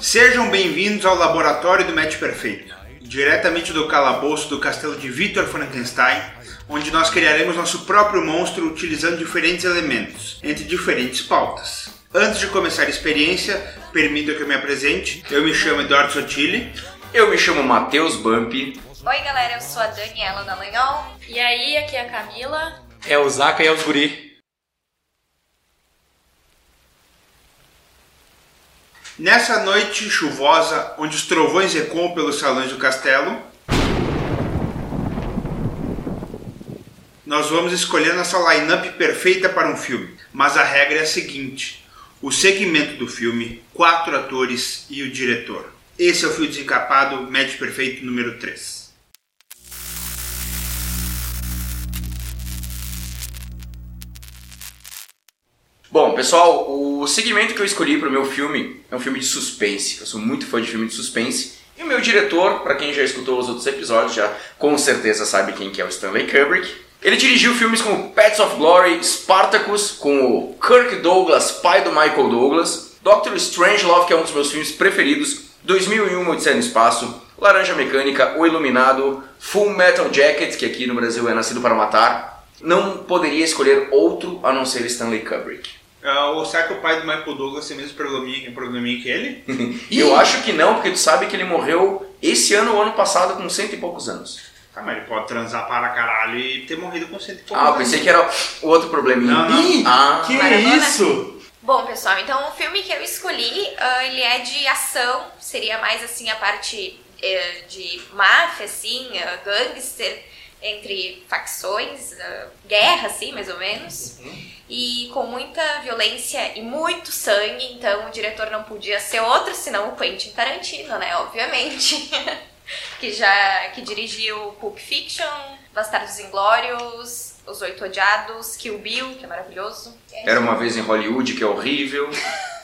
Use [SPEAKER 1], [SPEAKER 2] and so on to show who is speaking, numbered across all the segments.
[SPEAKER 1] Sejam bem-vindos ao Laboratório do Match Perfeito, diretamente do calabouço do castelo de Victor Frankenstein, onde nós criaremos nosso próprio monstro utilizando diferentes elementos, entre diferentes pautas. Antes de começar a experiência, permita que eu me apresente. Eu me chamo Eduardo Sotile.
[SPEAKER 2] Eu me chamo Matheus Bump.
[SPEAKER 3] Oi, galera, eu sou a Daniela Dallagnol.
[SPEAKER 4] E aí, aqui é a Camila.
[SPEAKER 5] É o Zaca e é os guri.
[SPEAKER 1] Nessa noite chuvosa, onde os trovões ecoam pelos salões do castelo, nós vamos escolher nossa line-up perfeita para um filme. Mas a regra é a seguinte: o segmento do filme, quatro atores e o diretor. Esse é o Fio Desencapado, match perfeito número 3.
[SPEAKER 2] Bom, pessoal, o segmento que eu escolhi para o meu filme é um filme de suspense. Eu sou muito fã de filme de suspense. E o meu diretor, para quem já escutou os outros episódios, já com certeza sabe quem que é o Stanley Kubrick. Ele dirigiu filmes como Pets of Glory, Spartacus, com o Kirk Douglas, pai do Michael Douglas, Doctor Strangelove, que é um dos meus filmes preferidos, 2001, Odisseia no Espaço, Laranja Mecânica, O Iluminado, Full Metal Jacket, que aqui no Brasil é Nascido para Matar. Não poderia escolher outro a não ser Stanley Kubrick.
[SPEAKER 1] Ah, ou será que o pai do Michael Douglas tem mesmo probleminha, probleminha que ele?
[SPEAKER 2] E eu acho que não, porque tu sabe que ele morreu esse ano ou ano passado com cento e poucos anos.
[SPEAKER 1] Ah, mas ele pode transar para caralho e ter morrido com cento e pouco.
[SPEAKER 2] Ah, eu pensei que era o outro probleminha.
[SPEAKER 1] Não, não.
[SPEAKER 2] Ih, Ah,
[SPEAKER 5] que
[SPEAKER 3] Maradona?
[SPEAKER 5] isso?
[SPEAKER 3] Bom, pessoal, então o filme que eu escolhi, ah, ele é de ação, seria mais assim a parte eh, de máfia, assim, ah, gangster, entre facções, ah, guerra, assim, mais ou menos. E com muita violência e muito sangue, então o diretor não podia ser outro, senão o Quentin Tarantino, né, obviamente. que já que dirigiu Pulp Fiction, Bastardos Inglórios, Os Oito Odiados, Kill Bill, que é maravilhoso.
[SPEAKER 2] Era uma vez em Hollywood, que é horrível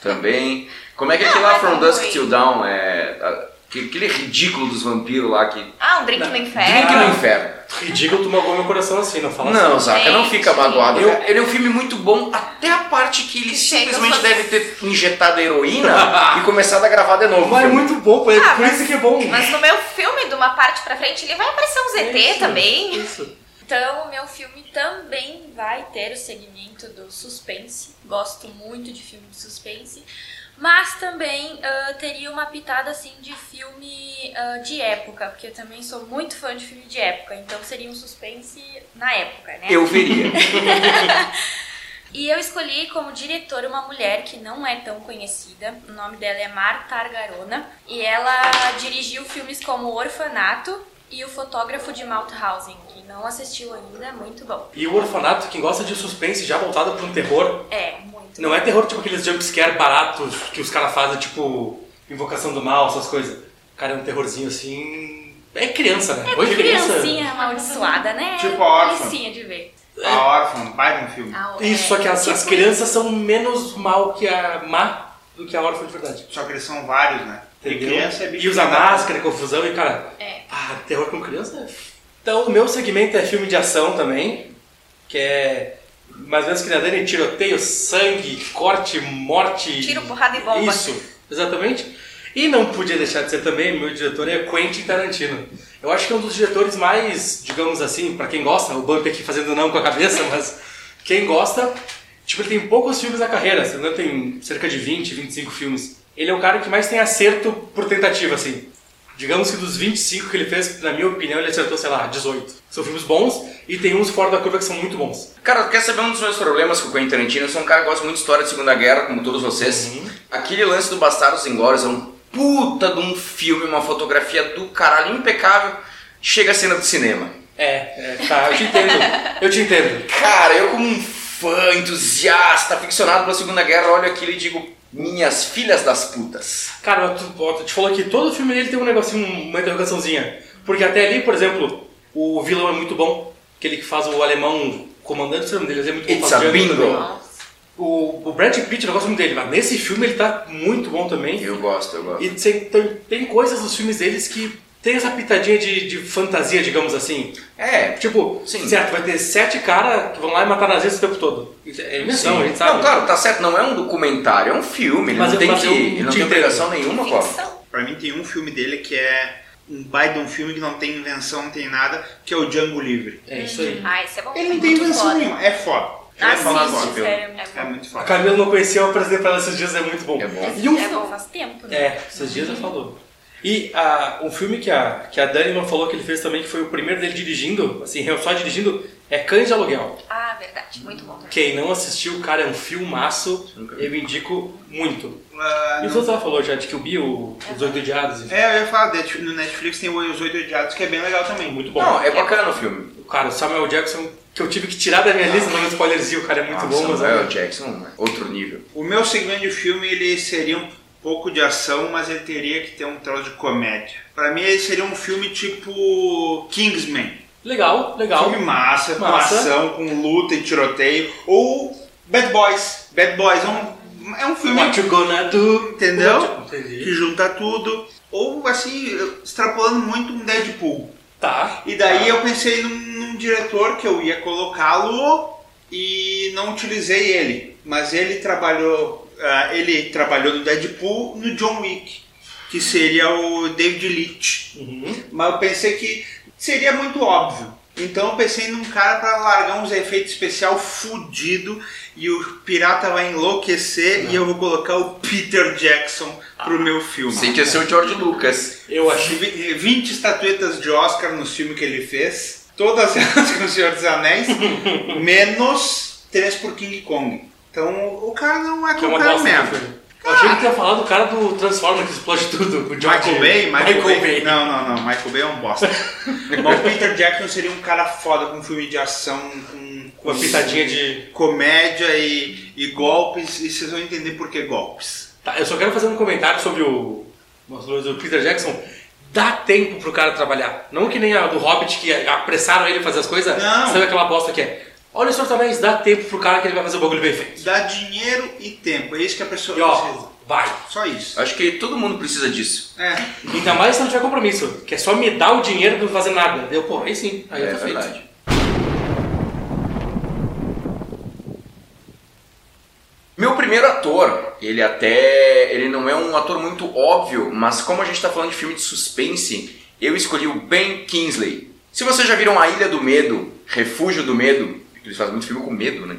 [SPEAKER 2] também. Como é que é aquele lá From Dusk Till Dawn é. a- Aquele ridículo dos vampiros lá que.
[SPEAKER 3] Ah, um drink no
[SPEAKER 2] Drink no
[SPEAKER 3] inferno.
[SPEAKER 2] um inferno.
[SPEAKER 5] Ridículo, tu magoou meu coração assim, não fala
[SPEAKER 2] Não,
[SPEAKER 5] assim.
[SPEAKER 2] Zaca, não fica
[SPEAKER 3] Gente.
[SPEAKER 2] magoado.
[SPEAKER 5] Eu-
[SPEAKER 2] cara. ele é um filme muito bom, até a parte que ele
[SPEAKER 3] Que chega
[SPEAKER 2] simplesmente
[SPEAKER 3] uma-
[SPEAKER 2] deve ter injetado heroína e começado a gravar de novo.
[SPEAKER 5] Mas é
[SPEAKER 2] o filme.
[SPEAKER 5] muito bom, por
[SPEAKER 3] Ah,
[SPEAKER 5] por isso que é bom.
[SPEAKER 3] Mas no meu filme, de uma parte pra frente, ele vai aparecer um ZT
[SPEAKER 5] Isso,
[SPEAKER 3] também.
[SPEAKER 5] Isso.
[SPEAKER 4] Então, o meu filme também vai ter o segmento do suspense. Gosto muito de filme de suspense. Mas também ah, teria uma pitada assim de filme ah, de época, porque eu também sou muito fã de filme de época, então seria um suspense na época, né?
[SPEAKER 2] Eu veria.
[SPEAKER 4] E eu escolhi como diretora uma mulher que não é tão conhecida. O nome dela é Marta Argarona. E ela dirigiu filmes como Orfanato e O Fotógrafo de Mauthausen, que não assistiu ainda, é muito bom.
[SPEAKER 5] E o orfanato, quem gosta de suspense já voltado para um terror,
[SPEAKER 4] É, muito.
[SPEAKER 5] não é terror tipo aqueles jumpscare baratos que os caras fazem, tipo Invocação do Mal, essas coisas. Cara, é um terrorzinho assim. É criança, né? Oi,
[SPEAKER 4] Criancinha é amaldiçoada, né?
[SPEAKER 1] Tipo a órfã.
[SPEAKER 4] Delicinha de ver.
[SPEAKER 1] A órfã, baita um filme.
[SPEAKER 4] A-
[SPEAKER 5] Isso, só
[SPEAKER 4] é,
[SPEAKER 5] que as,
[SPEAKER 4] tipo
[SPEAKER 5] as crianças são menos mal que a má do que a órfã de verdade.
[SPEAKER 1] Só que eles são vários, né? E
[SPEAKER 5] Entendeu?
[SPEAKER 1] criança é bicho.
[SPEAKER 5] E usa
[SPEAKER 1] de nada.
[SPEAKER 5] máscara, confusão e cara.
[SPEAKER 4] É.
[SPEAKER 5] Ah, terror com criança é. Então, o meu segmento é filme de ação também, que é mais ou menos que na Dani, tiroteio, sangue, corte, morte.
[SPEAKER 3] Tiro, porrada e bomba.
[SPEAKER 5] Isso, exatamente. E não podia deixar de ser também, meu diretor é Quentin Tarantino. Eu acho que é um dos diretores mais, digamos assim, pra quem gosta, o Bump aqui fazendo não com a cabeça, mas quem gosta, tipo, ele tem poucos filmes na carreira, se não me engano, tem cerca de 20, 25 filmes. Ele é o cara que mais tem acerto por tentativa, assim. Digamos que dos 25 que ele fez, na minha opinião, ele acertou, sei lá, 18. São filmes bons e tem uns fora da curva que são muito bons.
[SPEAKER 2] Cara, quer saber um dos meus problemas com o Quentin Tarantino? Eu sou um cara que gosta muito de história de Segunda Guerra, como todos vocês. Aquele lance do Bastardos Inglórios é um puta de um filme, uma fotografia do caralho impecável. Chega a cena do cinema.
[SPEAKER 5] É, é, tá, eu te entendo. Eu te entendo.
[SPEAKER 2] Cara, eu como um fã, entusiasta, aficionado pela Segunda Guerra, olho aquilo e digo, minhas filhas das putas.
[SPEAKER 5] Cara, tu, ó, tu te falou que todo filme dele tem um negocinho, uma interrogaçãozinha. Porque até ali, por exemplo, o vilão é muito bom. Aquele que faz o alemão comandante, o nome dele é muito bom.
[SPEAKER 2] It's a
[SPEAKER 5] faz diante
[SPEAKER 2] bingo.
[SPEAKER 5] também. O, o Brad Pitt, eu gosto muito dele, mas nesse filme ele tá muito bom também.
[SPEAKER 2] Eu gosto, eu gosto.
[SPEAKER 5] E tem, tem, tem coisas nos filmes deles que tem essa pitadinha de, de fantasia, digamos assim.
[SPEAKER 2] É,
[SPEAKER 5] Tipo,
[SPEAKER 2] Sim.
[SPEAKER 5] certo, vai ter sete caras que vão lá e matar nazistas o tempo todo. É invenção, a gente sabe.
[SPEAKER 2] Não, claro, tá certo, não é um documentário, é um filme, ele
[SPEAKER 5] Mas
[SPEAKER 2] não
[SPEAKER 5] eu-
[SPEAKER 2] tem
[SPEAKER 5] mas
[SPEAKER 2] que,
[SPEAKER 5] eu
[SPEAKER 2] ele não
[SPEAKER 5] te
[SPEAKER 2] tem
[SPEAKER 5] entendo.
[SPEAKER 2] obrigação nenhuma, Cláudio.
[SPEAKER 3] Ficção.
[SPEAKER 1] Pra mim tem um filme dele que é um baita de um filme que não tem invenção, não tem nada, que é o Django Livre.
[SPEAKER 5] É isso aí.
[SPEAKER 3] Ah, isso é bom.
[SPEAKER 1] Ele não tem
[SPEAKER 3] Muito
[SPEAKER 1] invenção
[SPEAKER 3] foda.
[SPEAKER 1] nenhuma, é foda. Ele é
[SPEAKER 4] Assiste,
[SPEAKER 1] foda, foda.
[SPEAKER 2] viu?
[SPEAKER 4] sério, é muito
[SPEAKER 1] É muito
[SPEAKER 5] A
[SPEAKER 1] foda.
[SPEAKER 5] Camila não conhecia, eu apresentei pra ela esses dias, é muito bom.
[SPEAKER 2] É bom.
[SPEAKER 5] E um
[SPEAKER 4] É bom, faz tempo, né?
[SPEAKER 5] É, esses dias já falou. E ah, um filme que a, que a Dani não falou que ele fez também, que foi o primeiro dele dirigindo, assim, só dirigindo, é Cães de Aluguel.
[SPEAKER 3] Ah, verdade. Muito bom.
[SPEAKER 5] Quem não assistiu, cara, é um filmaço,
[SPEAKER 2] Nunca vi.
[SPEAKER 5] eu indico muito.
[SPEAKER 1] Ah,
[SPEAKER 5] E o Souza falou já de que o Bill, os oito odiados, enfim.
[SPEAKER 1] É, eu ia falar, de- no Netflix tem o Os Oito Odiados, que é bem legal também.
[SPEAKER 5] muito bom.
[SPEAKER 2] Não, é bacana o filme.
[SPEAKER 5] Cara, o Samuel Jackson, que eu tive que tirar da minha lista, não é um spoilerzinho, o cara é muito
[SPEAKER 2] Ah,
[SPEAKER 5] bom, mas
[SPEAKER 2] Samuel
[SPEAKER 5] é-
[SPEAKER 2] Jackson, né? outro nível.
[SPEAKER 1] O meu segmento de filme, ele seria um pouco de ação, mas ele teria que ter um troço de comédia. Pra mim, ele seria um filme tipo Kingsman.
[SPEAKER 5] é Legal, legal.
[SPEAKER 1] Filme massa, com
[SPEAKER 5] Então, Massa.
[SPEAKER 1] ação, com luta e tiroteio. Ou Bad Boys. Bad Boys é um, é um filme
[SPEAKER 5] What you gonna do?
[SPEAKER 1] Entendeu?
[SPEAKER 5] Entendi.
[SPEAKER 1] que junta tudo. Ou, assim, extrapolando muito um Deadpool.
[SPEAKER 5] Tá.
[SPEAKER 1] E daí
[SPEAKER 5] tá.
[SPEAKER 1] eu pensei num, num diretor que eu ia colocá-lo e não utilizei ele. Mas ele trabalhou, ah, ele trabalhou no Deadpool, no John Wick, que seria o David Leitch.
[SPEAKER 5] Uhum.
[SPEAKER 1] Mas eu pensei que seria muito óbvio. Então eu pensei num cara para largar uns efeitos especial fudido e o pirata vai enlouquecer e eu vou colocar o Peter Jackson pro meu filme.
[SPEAKER 2] Sei que ia ser o George Lucas.
[SPEAKER 5] Eu achei.
[SPEAKER 1] Vi- 20 estatuetas de Oscar no filme que ele fez, todas elas com o Senhor dos Anéis, menos três por King Kong. Então o cara não é
[SPEAKER 5] Que é
[SPEAKER 1] tão
[SPEAKER 5] uma
[SPEAKER 1] cara
[SPEAKER 5] bosta né,
[SPEAKER 1] mesmo.
[SPEAKER 5] filho? Eu achei que tu ia falar do cara do Transformer que explode tudo. O George-
[SPEAKER 1] Michael Bay? Michael,
[SPEAKER 5] Michael
[SPEAKER 1] Bay.
[SPEAKER 5] Bay.
[SPEAKER 1] Não, não, não. Michael Bay é um bosta. Mas o Peter Jackson seria um cara foda com filme de ação, com,
[SPEAKER 5] Com uma pitadinha de.
[SPEAKER 1] comédia e, e golpes, e vocês vão entender por que golpes.
[SPEAKER 5] Tá, eu só quero fazer um comentário sobre o. sobre o Peter Jackson. Dá tempo pro cara trabalhar. Não que nem a do Hobbit que apressaram ele a fazer as coisas.
[SPEAKER 1] Não.
[SPEAKER 5] Sabe aquela bosta que é. Olha o Senhor também, dá tempo pro cara que ele vai fazer o bagulho bem feito.
[SPEAKER 1] Dá dinheiro e tempo. É isso que a pessoa
[SPEAKER 5] E ó, vai.
[SPEAKER 1] Só isso.
[SPEAKER 2] Acho que todo mundo precisa disso.
[SPEAKER 1] É.
[SPEAKER 5] Ainda mais se não tiver compromisso, que é só me dar o dinheiro pra não fazer nada. Deu, pô, aí sim, aí
[SPEAKER 2] é
[SPEAKER 5] tá feito.
[SPEAKER 2] verdade. Meu primeiro ator, ele até. Ele não é um ator muito óbvio, mas como a gente tá falando de filme de suspense, eu escolhi o Ben Kingsley. Se vocês já viram A Ilha do Medo, Refúgio do Medo, eles fazem muito filme com medo, né?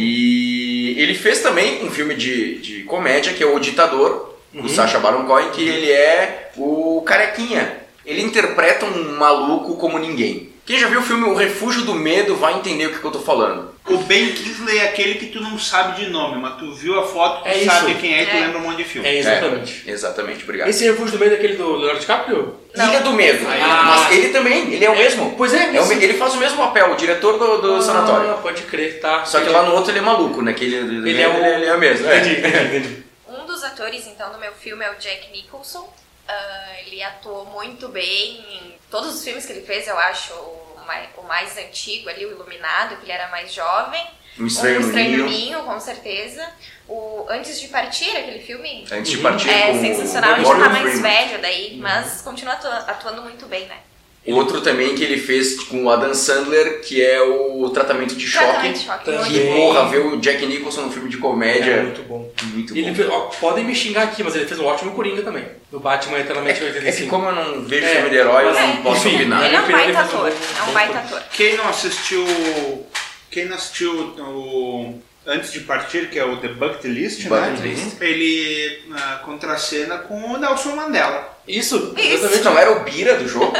[SPEAKER 2] E ele fez também um filme de, de comédia que é O Ditador,
[SPEAKER 5] Uhum.
[SPEAKER 2] do Sacha Baron Cohen, que ele é o carequinha. Ele interpreta um maluco como ninguém. Quem já viu o filme O Refúgio do Medo vai entender o que, que eu tô falando.
[SPEAKER 1] O Ben Kingsley é aquele que tu não sabe de nome, mas tu viu a foto, tu
[SPEAKER 5] É isso.
[SPEAKER 1] sabe quem é e tu
[SPEAKER 3] É.
[SPEAKER 1] lembra um monte de filme.
[SPEAKER 5] É, exatamente.
[SPEAKER 2] Exatamente, obrigado.
[SPEAKER 5] Esse refúgio do meio daquele do Leonardo DiCaprio?
[SPEAKER 2] Ilha do Medo.
[SPEAKER 5] Ah.
[SPEAKER 2] Mas ele também, ele é o mesmo.
[SPEAKER 5] Pois é,
[SPEAKER 2] É o me-
[SPEAKER 5] esse-
[SPEAKER 2] ele faz o mesmo papel, o diretor do, do
[SPEAKER 5] Ah,
[SPEAKER 2] sanatório.
[SPEAKER 5] Pode crer, tá.
[SPEAKER 2] Só que lá no outro ele é maluco, né? Que ele,
[SPEAKER 5] Ele é o-
[SPEAKER 2] ele é o mesmo. é.
[SPEAKER 5] Entendi, entendi, entendi.
[SPEAKER 3] Um dos atores, então, do meu filme é o Jack Nicholson. Ah, ele atuou muito bem em todos os filmes que ele fez, eu acho. O mais, o mais antigo ali, o Iluminado, que ele era mais jovem.
[SPEAKER 2] Um estranho
[SPEAKER 3] um
[SPEAKER 2] no
[SPEAKER 3] Estranho
[SPEAKER 2] Ninho.
[SPEAKER 3] Ninho, com certeza. O Antes de Partir, aquele filme.
[SPEAKER 2] Antes de partir
[SPEAKER 3] É
[SPEAKER 2] com tipo, o- Uhum.
[SPEAKER 3] sensacional, ele já
[SPEAKER 2] Morgan
[SPEAKER 3] tá mais
[SPEAKER 2] Freeman.
[SPEAKER 3] velho daí, mas continua atua- atuando muito bem, né?
[SPEAKER 2] Um Outro também que ele fez com o Adam Sandler, que é o Tratamento de Choque.
[SPEAKER 3] Tratamento de choque.
[SPEAKER 5] Também.
[SPEAKER 2] Que
[SPEAKER 3] muito bom.
[SPEAKER 2] porra, ver o Jack Nicholson num filme de comédia.
[SPEAKER 5] É muito bom.
[SPEAKER 2] Muito
[SPEAKER 5] E ele
[SPEAKER 2] bom.
[SPEAKER 5] fez- ó, podem me xingar aqui, mas ele fez um ótimo Coringa também. Do Batman Eternamente
[SPEAKER 2] É que
[SPEAKER 5] 85.
[SPEAKER 2] como eu não vejo
[SPEAKER 5] É,
[SPEAKER 2] filme de herói, eu
[SPEAKER 5] mas-
[SPEAKER 2] não posso
[SPEAKER 5] enfim,
[SPEAKER 2] opinar.
[SPEAKER 3] Ele é um
[SPEAKER 5] Ele- ele
[SPEAKER 3] baita
[SPEAKER 5] faz um
[SPEAKER 3] ator.
[SPEAKER 5] bom-
[SPEAKER 3] É
[SPEAKER 5] bom
[SPEAKER 3] um baita
[SPEAKER 5] ator.
[SPEAKER 3] ator.
[SPEAKER 1] Quem não assistiu. Quem não assistiu o Antes de Partir, que é o The Bucket List, né?
[SPEAKER 2] Bucket List.
[SPEAKER 1] Ele ah, contracena com o Nelson Mandela.
[SPEAKER 5] Isso,
[SPEAKER 3] Isso.
[SPEAKER 5] exatamente.
[SPEAKER 2] Não era o Bira do jogo?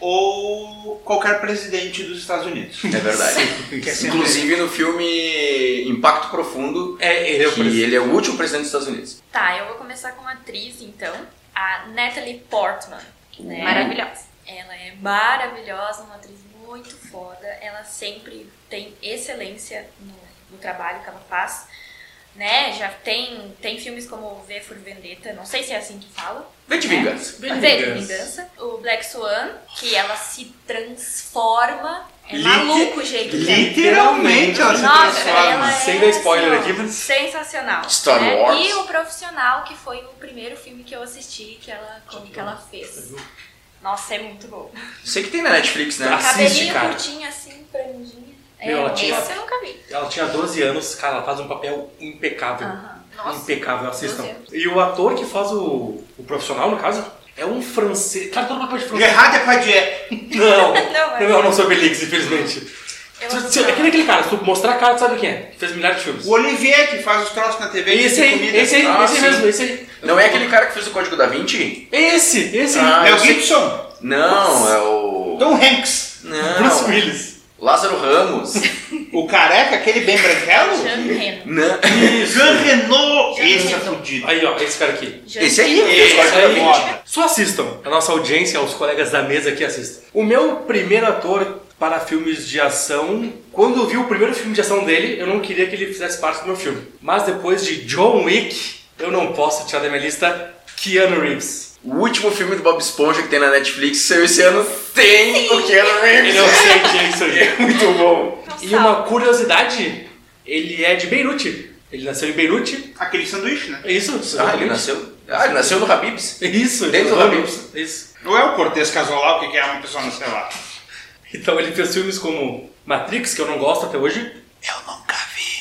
[SPEAKER 1] Ou qualquer presidente dos Estados Unidos.
[SPEAKER 2] É verdade.
[SPEAKER 1] Que é sempre-
[SPEAKER 2] Inclusive no filme Impacto Profundo,
[SPEAKER 5] É, ele é o
[SPEAKER 2] que ele é o último presidente dos Estados Unidos.
[SPEAKER 4] Tá, eu vou começar com uma atriz, então. A Natalie Portman.
[SPEAKER 2] É.
[SPEAKER 4] Né?
[SPEAKER 3] Maravilhosa.
[SPEAKER 4] Ela é maravilhosa, uma atriz muito foda. Ela sempre tem excelência no, no trabalho que ela faz. Né? Já tem, tem filmes como V for Vendetta, não sei se é assim que fala.
[SPEAKER 2] Vem de vingança.
[SPEAKER 4] V de Vingança. O Black Swan, que ela se transforma. É
[SPEAKER 1] Liter-
[SPEAKER 4] maluco o jeito que é. ela
[SPEAKER 1] Literalmente ela se
[SPEAKER 4] Nossa, ela
[SPEAKER 1] transforma.
[SPEAKER 4] é,
[SPEAKER 5] Sem dar spoiler
[SPEAKER 4] assim, ó,
[SPEAKER 5] aqui, mas-
[SPEAKER 4] Sensacional.
[SPEAKER 2] Star
[SPEAKER 4] né?
[SPEAKER 2] Wars.
[SPEAKER 4] E o Profissional, que foi o primeiro filme que eu assisti que ela, como que ela fez. Nossa, é muito bom.
[SPEAKER 2] Sei que tem na Netflix, né?
[SPEAKER 5] Tá. Assiste,
[SPEAKER 4] Cabelinho
[SPEAKER 5] cara.
[SPEAKER 4] curtinho assim, franjinha.
[SPEAKER 5] Meu, ela
[SPEAKER 4] é,
[SPEAKER 5] tinha-
[SPEAKER 4] esse eu nunca vi.
[SPEAKER 5] Ela tinha 12 anos, cara, ela faz um papel impecável.
[SPEAKER 4] Aham.
[SPEAKER 3] Nossa.
[SPEAKER 5] impecável, assistam.
[SPEAKER 3] 12
[SPEAKER 5] E o ator que faz o, o profissional, no caso, é um francês. Cara, todo papel de francês.
[SPEAKER 1] Gerard Depardieu.
[SPEAKER 5] Não,
[SPEAKER 4] Não,
[SPEAKER 5] não,
[SPEAKER 4] mas-
[SPEAKER 5] eu não sou Belix, infelizmente.
[SPEAKER 4] Eu
[SPEAKER 5] Se-
[SPEAKER 4] acho
[SPEAKER 5] se-
[SPEAKER 4] que
[SPEAKER 5] É que nem aquele cara, se tu mostrar a cara, tu sabe quem é. Fez milhares de filmes.
[SPEAKER 1] O Olivier que faz os troços na TV.
[SPEAKER 5] Esse
[SPEAKER 1] de
[SPEAKER 5] aí,
[SPEAKER 1] comida.
[SPEAKER 5] esse aí,
[SPEAKER 2] Ah,
[SPEAKER 5] esse aí
[SPEAKER 2] sim.
[SPEAKER 5] mesmo, esse aí.
[SPEAKER 2] Não é aquele cara que fez o Código da Vinci?
[SPEAKER 5] Esse, esse
[SPEAKER 2] Ah,
[SPEAKER 5] aí.
[SPEAKER 1] Mel
[SPEAKER 2] eu sei-
[SPEAKER 1] Gibson.
[SPEAKER 2] Não, é o...
[SPEAKER 1] Tom Hanks.
[SPEAKER 5] Bruce
[SPEAKER 2] Não,
[SPEAKER 5] Willis.
[SPEAKER 2] Lázaro Ramos.
[SPEAKER 1] O careca, aquele bem branquelo.
[SPEAKER 4] Jean Reno.
[SPEAKER 2] Não.
[SPEAKER 1] Jean Renault.
[SPEAKER 4] Jean
[SPEAKER 1] Esse é
[SPEAKER 4] Reno.
[SPEAKER 1] fudido.
[SPEAKER 5] Aí, ó, esse cara aqui.
[SPEAKER 4] Jean
[SPEAKER 2] Esse aí
[SPEAKER 4] Reno.
[SPEAKER 2] fez o
[SPEAKER 1] Esse
[SPEAKER 2] Código da
[SPEAKER 1] é
[SPEAKER 2] Vinci.
[SPEAKER 1] foda.
[SPEAKER 5] Só assistam. A nossa audiência, aos colegas da mesa aqui assistam. O meu primeiro ator para filmes de ação, quando eu vi o primeiro filme de ação dele, eu não queria que ele fizesse parte do meu filme. Mas depois de John Wick, eu não posso tirar da minha lista Keanu Reeves.
[SPEAKER 2] O último filme do Bob Esponja que tem na Netflix saiu esse ano. Tem o Keanu Reeves.
[SPEAKER 5] Ele é o Sandy, é isso aí.
[SPEAKER 2] Muito bom.
[SPEAKER 3] Não
[SPEAKER 5] E
[SPEAKER 3] sabe.
[SPEAKER 5] uma curiosidade, ele é de Beirute. Ele nasceu em Beirute.
[SPEAKER 1] Aquele sanduíche, né?
[SPEAKER 5] É isso?
[SPEAKER 2] Ah, ele nasceu. Ah, ele nasceu no Habib's.
[SPEAKER 5] É Isso,
[SPEAKER 2] Dentro
[SPEAKER 5] Giovanni.
[SPEAKER 2] da Bíblia.
[SPEAKER 5] É Isso.
[SPEAKER 1] Não é o Cortez Casolau que é uma pessoa no celular.
[SPEAKER 5] Então ele fez filmes como Matrix, que eu não gosto até hoje.
[SPEAKER 2] Eu nunca vi.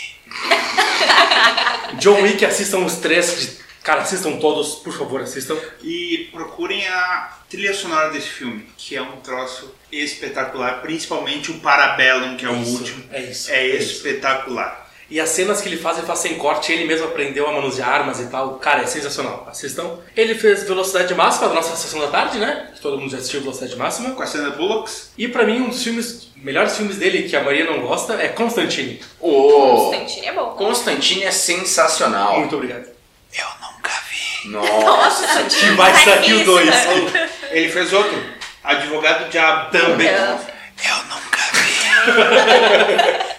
[SPEAKER 5] John Wick, assistam os três. de- Cara, assistam todos, por favor, assistam.
[SPEAKER 1] E procurem a trilha sonora desse filme, que é um troço espetacular, principalmente o Parabellum, que é o
[SPEAKER 5] Isso,
[SPEAKER 1] último.
[SPEAKER 5] é isso,
[SPEAKER 1] É
[SPEAKER 5] é isso.
[SPEAKER 1] espetacular.
[SPEAKER 5] E as cenas que ele faz, ele faz sem corte, ele mesmo aprendeu a manusear armas e tal. Cara, é sensacional. Assistam. Ele fez Velocidade Máxima, a nossa sessão da tarde, né? Todo mundo já assistiu Velocidade Máxima.
[SPEAKER 1] Com a cena Bullocks,
[SPEAKER 5] E pra mim, um dos filmes, melhores filmes dele, que a Maria não gosta, é Constantine.
[SPEAKER 2] Oh,
[SPEAKER 3] Constantine é bom.
[SPEAKER 2] Constantine é sensacional.
[SPEAKER 5] Muito obrigado.
[SPEAKER 2] Eu nunca vi. Nossa.
[SPEAKER 3] Nossa,
[SPEAKER 5] Que vai sair o
[SPEAKER 3] isso.
[SPEAKER 5] dois.
[SPEAKER 1] ele fez outro, Advogado do Diabo.
[SPEAKER 5] Também.
[SPEAKER 2] Eu nunca vi.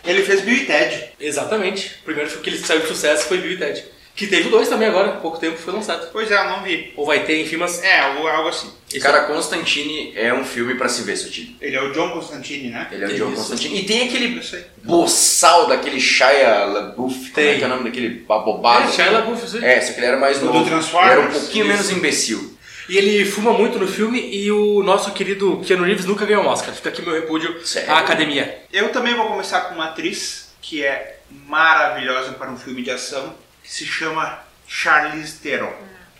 [SPEAKER 1] Ele fez Bill e Ted.
[SPEAKER 5] Exatamente. O primeiro filme que ele saiu de sucesso foi Bill e Ted. Que teve o dois também agora, há pouco tempo foi lançado.
[SPEAKER 1] Pois é, eu não vi.
[SPEAKER 5] Ou vai ter, enfim, mas...
[SPEAKER 1] É, algo algo assim.
[SPEAKER 2] Cara, Constantine é um filme pra se ver, Sutil.
[SPEAKER 1] Ele é o John Constantine, né?
[SPEAKER 2] Ele é o John
[SPEAKER 5] Isso. É,
[SPEAKER 2] Constantine. E tem aquele
[SPEAKER 1] Eu sei.
[SPEAKER 2] boçal daquele Shia LaBeouf. Como é
[SPEAKER 5] Tem.
[SPEAKER 2] que é o nome daquele
[SPEAKER 5] É,
[SPEAKER 2] babobado?
[SPEAKER 5] Shia LaBeouf, isso aí.
[SPEAKER 2] É, só que ele era mais
[SPEAKER 1] Do
[SPEAKER 2] novo.
[SPEAKER 1] Transformers.
[SPEAKER 2] Ele era um pouquinho
[SPEAKER 1] Isso.
[SPEAKER 2] menos imbecil.
[SPEAKER 5] E ele fuma muito no filme e o nosso querido Keanu Reeves nunca ganhou um Oscar. Fica aqui meu repúdio
[SPEAKER 2] Sério?
[SPEAKER 5] à academia.
[SPEAKER 1] Eu também vou começar com uma atriz que é maravilhosa para um filme de ação, que se chama Charlize Theron.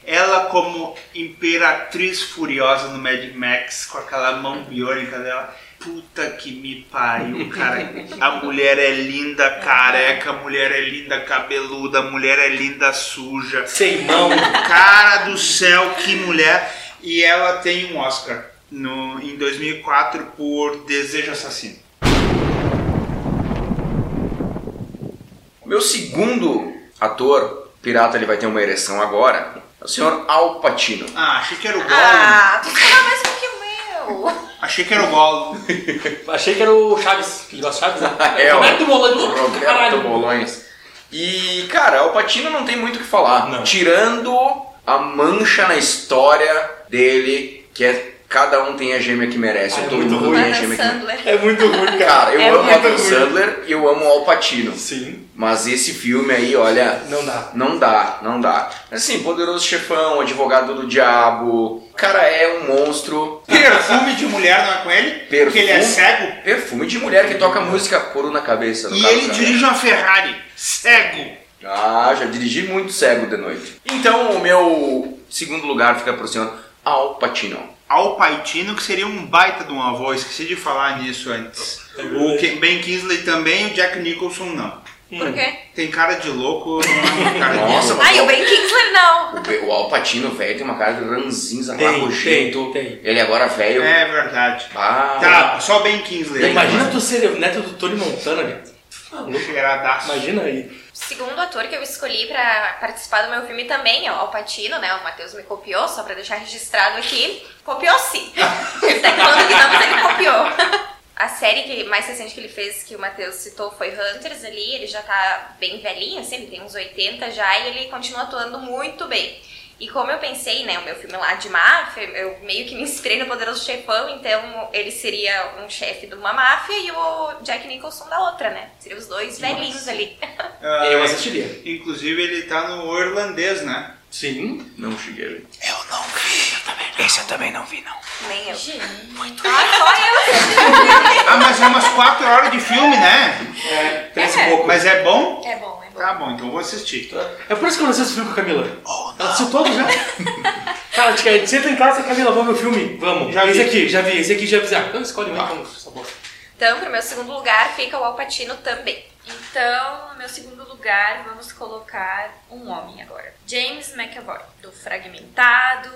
[SPEAKER 1] Ela como imperatriz furiosa no Mad Max, com aquela mão biônica dela. Puta que me pariu, cara. A mulher é linda careca, a mulher é linda cabeluda, a mulher é linda suja.
[SPEAKER 5] Sem mão.
[SPEAKER 1] Cara do céu, que mulher! E ela tem um Oscar no, em 2004 por Desejo Assassino.
[SPEAKER 2] Meu segundo ator, pirata, ele vai ter uma ereção agora, é o senhor Al Pacino.
[SPEAKER 1] Ah, achei que era o Gollum.
[SPEAKER 3] Ah, tu fala mais do que o meu.
[SPEAKER 1] Achei que era o Gollum.
[SPEAKER 5] Achei que era o Chaves, que ele gosta de Chaves, né?
[SPEAKER 2] É, ó.
[SPEAKER 5] Roberto Molano,
[SPEAKER 2] Roberto
[SPEAKER 5] caralho.
[SPEAKER 2] Bolões. E, cara, Al Pacino não tem muito o que falar.
[SPEAKER 5] Não.
[SPEAKER 2] Tirando a mancha na história dele, que é cada um tem a gêmea que merece.
[SPEAKER 5] Ah,
[SPEAKER 2] ou
[SPEAKER 5] é
[SPEAKER 2] todo
[SPEAKER 5] muito
[SPEAKER 2] mundo
[SPEAKER 5] ruim.
[SPEAKER 2] tem a
[SPEAKER 3] Adam
[SPEAKER 2] gêmea que merece.
[SPEAKER 3] Sandler.
[SPEAKER 5] É muito ruim,
[SPEAKER 2] Cara, eu
[SPEAKER 5] É
[SPEAKER 2] amo
[SPEAKER 5] muito
[SPEAKER 2] Adam
[SPEAKER 5] ruim.
[SPEAKER 2] Sandler e eu amo Al Pacino.
[SPEAKER 5] Sim.
[SPEAKER 2] Mas esse filme aí, olha,
[SPEAKER 5] Não dá.
[SPEAKER 2] Não dá, não dá. Assim, poderoso chefão, advogado do diabo. O cara é um monstro.
[SPEAKER 1] Perfume de mulher, não é com ele? Porque ele é
[SPEAKER 2] Perfume?
[SPEAKER 1] cego.
[SPEAKER 2] Perfume de mulher que toca música couro na cabeça. No
[SPEAKER 1] E
[SPEAKER 2] caso,
[SPEAKER 1] ele
[SPEAKER 2] né?
[SPEAKER 1] dirige uma Ferrari. Cego.
[SPEAKER 2] Ah, já dirigi muito cego de noite. Então, o meu segundo lugar fica pro senhor Al Pacino.
[SPEAKER 1] Al Pacino, que seria um baita de um avô, esqueci de falar nisso antes.
[SPEAKER 5] É
[SPEAKER 1] O Ke- Ben Kingsley também, o Jack Nicholson não.
[SPEAKER 5] Hum.
[SPEAKER 3] Por quê?
[SPEAKER 1] Tem cara de louco, não é cara de
[SPEAKER 2] Nossa,
[SPEAKER 1] louco.
[SPEAKER 2] mas
[SPEAKER 3] Ai, o Ben Kingsley não.
[SPEAKER 2] o, Be- o Al Pacino, velho, tem uma cara de ranzinza,
[SPEAKER 5] Tem,
[SPEAKER 2] marrojento.
[SPEAKER 5] tem, tem.
[SPEAKER 2] Ele agora velho.
[SPEAKER 1] É verdade.
[SPEAKER 2] Ah,
[SPEAKER 1] Tá, só Ben Kingsley.
[SPEAKER 5] Imagina tu ser o neto do Tony Montana, cara.
[SPEAKER 1] Cheiradaço.
[SPEAKER 5] Imagina aí.
[SPEAKER 3] O segundo ator que eu escolhi pra participar do meu filme também é o Al Pacino, né? O Matheus me copiou, só pra deixar registrado aqui. Copiou sim. Ele tá falando que não, mas ele copiou. A série que mais recente que ele fez, que o Matheus citou, foi Hunters ali. Ele já tá bem velhinho, assim, ele tem uns 80 já, e ele continua atuando muito bem. E como eu pensei, né, o meu filme lá de máfia, eu meio que me inspirei no Poderoso Chefão, então ele seria um chefe de uma máfia e o Jack Nicholson da outra, né? Seriam os dois velhinhos ali.
[SPEAKER 1] Ah,
[SPEAKER 5] Eu assistiria.
[SPEAKER 1] Inclusive ele tá no irlandês, né?
[SPEAKER 5] Sim.
[SPEAKER 2] não cheguei.
[SPEAKER 5] Eu não vi, eu também
[SPEAKER 2] Esse eu também não vi, não.
[SPEAKER 3] Nem eu.
[SPEAKER 4] Gente,
[SPEAKER 3] Ah, só eu.
[SPEAKER 1] Ah, mas é umas 4 horas de filme, né?
[SPEAKER 5] É, cresce um pouco.
[SPEAKER 1] Mas é bom?
[SPEAKER 3] É bom, é bom.
[SPEAKER 1] Tá bom, então vou assistir.
[SPEAKER 5] É por isso que eu não assisto filme com a Camila. Ela assistiu todos já. Cara, a gente- a gente senta em casa, Camila, vamos ver o filme? Vamos.
[SPEAKER 1] Já vi.
[SPEAKER 5] esse aqui, já vi, esse aqui já vi. Ah, então escolhe um aí, vamos. essa bosta.
[SPEAKER 3] Então, pro meu segundo lugar fica o Alpatino também.
[SPEAKER 4] então, no meu segundo lugar, vamos colocar um homem agora. James McAvoy, do Fragmentado,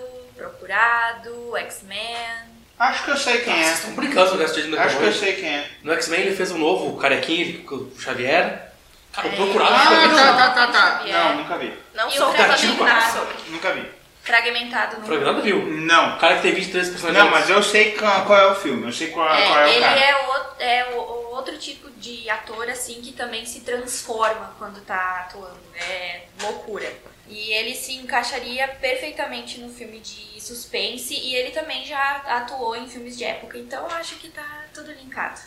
[SPEAKER 4] Procurado, X-Men.
[SPEAKER 1] Acho que eu sei quem
[SPEAKER 5] Ah, Vocês
[SPEAKER 1] é.
[SPEAKER 5] estão brincando com o Gastão de
[SPEAKER 1] Acho que eu
[SPEAKER 5] McAvoy.
[SPEAKER 1] sei quem é.
[SPEAKER 5] No X-Men ele fez um novo, o carequinha, ele- com o Xavier. Cara,
[SPEAKER 4] É.
[SPEAKER 5] o procurado
[SPEAKER 1] Ah,
[SPEAKER 5] ficou
[SPEAKER 1] tá,
[SPEAKER 5] muito
[SPEAKER 1] tá, tá, tá.
[SPEAKER 4] Xavier.
[SPEAKER 1] Não, nunca vi.
[SPEAKER 3] Não
[SPEAKER 4] E
[SPEAKER 3] sou
[SPEAKER 4] o
[SPEAKER 5] Gatinho
[SPEAKER 3] fragmentado.
[SPEAKER 4] Fragmentado.
[SPEAKER 1] Nunca vi.
[SPEAKER 4] Fragmentado no
[SPEAKER 5] Fragmentado viu?
[SPEAKER 1] Não.
[SPEAKER 5] O cara que tem 23 personagens.
[SPEAKER 1] Não, mas eu sei ca- qual é o filme. Eu sei qual
[SPEAKER 4] É,
[SPEAKER 1] qual é o
[SPEAKER 4] ele
[SPEAKER 1] cara.
[SPEAKER 4] é, o- é o- o outro tipo de ator, assim, que também se transforma quando tá atuando. É loucura. E ele se encaixaria perfeitamente no filme de suspense e ele também já atuou em filmes de época, então eu acho que tá tudo linkado.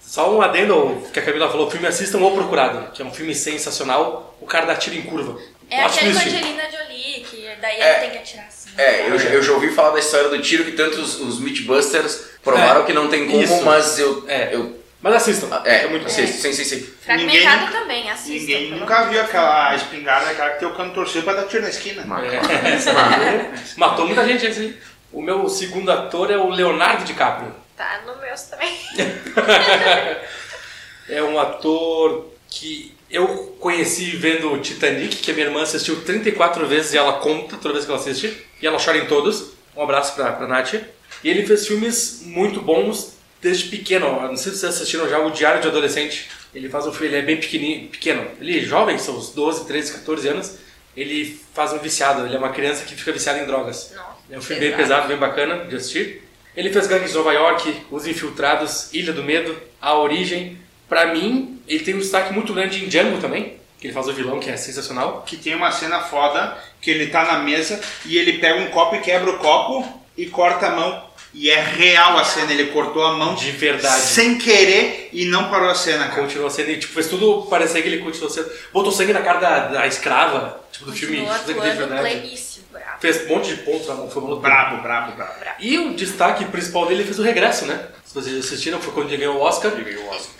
[SPEAKER 5] Só um adendo ao que a Camila falou, o filme Assistam O Procurado, que é um filme sensacional, o cara dá tiro em curva.
[SPEAKER 4] É
[SPEAKER 5] Eu acho
[SPEAKER 4] aquele com a
[SPEAKER 5] isso.
[SPEAKER 4] Angelina Jolie, que daí
[SPEAKER 2] É.
[SPEAKER 4] ela tem que atirar assim.
[SPEAKER 2] É, eu, já- eu já ouvi falar da história do tiro que tanto os, os Mythbusters provaram que não tem como,
[SPEAKER 5] Isso.
[SPEAKER 2] mas eu.
[SPEAKER 5] É.
[SPEAKER 2] eu
[SPEAKER 5] Mas assistam,
[SPEAKER 2] é,
[SPEAKER 5] muito bom.
[SPEAKER 2] assisto, sim, sim, sim.
[SPEAKER 4] Fragmentado
[SPEAKER 1] É, Ninguém-
[SPEAKER 4] também, assista.
[SPEAKER 1] Ninguém nunca viu aquela espingarda, aquela que tem o cano torcido pra dar tiro na esquina.
[SPEAKER 5] É. Matou muita gente esse aí. O meu segundo ator é o Leonardo DiCaprio.
[SPEAKER 3] Tá no meus também.
[SPEAKER 5] É um ator que eu conheci vendo o Titanic, que a minha irmã assistiu 34 vezes e ela conta toda vez que ela assiste. E ela chora em todos. Um abraço pra, pra Nath. E ele fez filmes muito bons desde pequeno. Eu Não sei se vocês assistiram já o Diário de um Adolescente. Ele faz um filme, ele é bem pequenininho, pequeno. Ele é jovem, são uns 12, 13, 14 anos. Ele faz um viciado, ele é uma criança que fica viciada em drogas.
[SPEAKER 3] Nossa,
[SPEAKER 5] É um filme bem pesado, bem bacana de assistir. Ele fez Gangues de Nova York, Os Infiltrados, Ilha do Medo, A Origem. Pra mim, ele tem um destaque muito grande em Django também, que ele faz o vilão, que é sensacional.
[SPEAKER 1] Que tem uma cena foda que ele tá na mesa e ele pega um copo e quebra o copo e corta a mão. E é real a cena, ele cortou a mão
[SPEAKER 5] De verdade.
[SPEAKER 1] sem querer e não parou a cena, cara.
[SPEAKER 5] Continua sendo, e, tipo, fez tudo parecer que ele continua sendo. Botou sangue na cara da, da escrava, tipo, do filme
[SPEAKER 4] Continua
[SPEAKER 5] Sangue de
[SPEAKER 4] atuando
[SPEAKER 5] Verdade.
[SPEAKER 4] pleníssimo, bravo.
[SPEAKER 5] Fez um monte de ponto na mão, foi muito
[SPEAKER 1] Brabo, brabo, brabo.
[SPEAKER 5] E o destaque principal dele fez o regresso, né? Se vocês assistiram, foi quando ele ganhou o Oscar.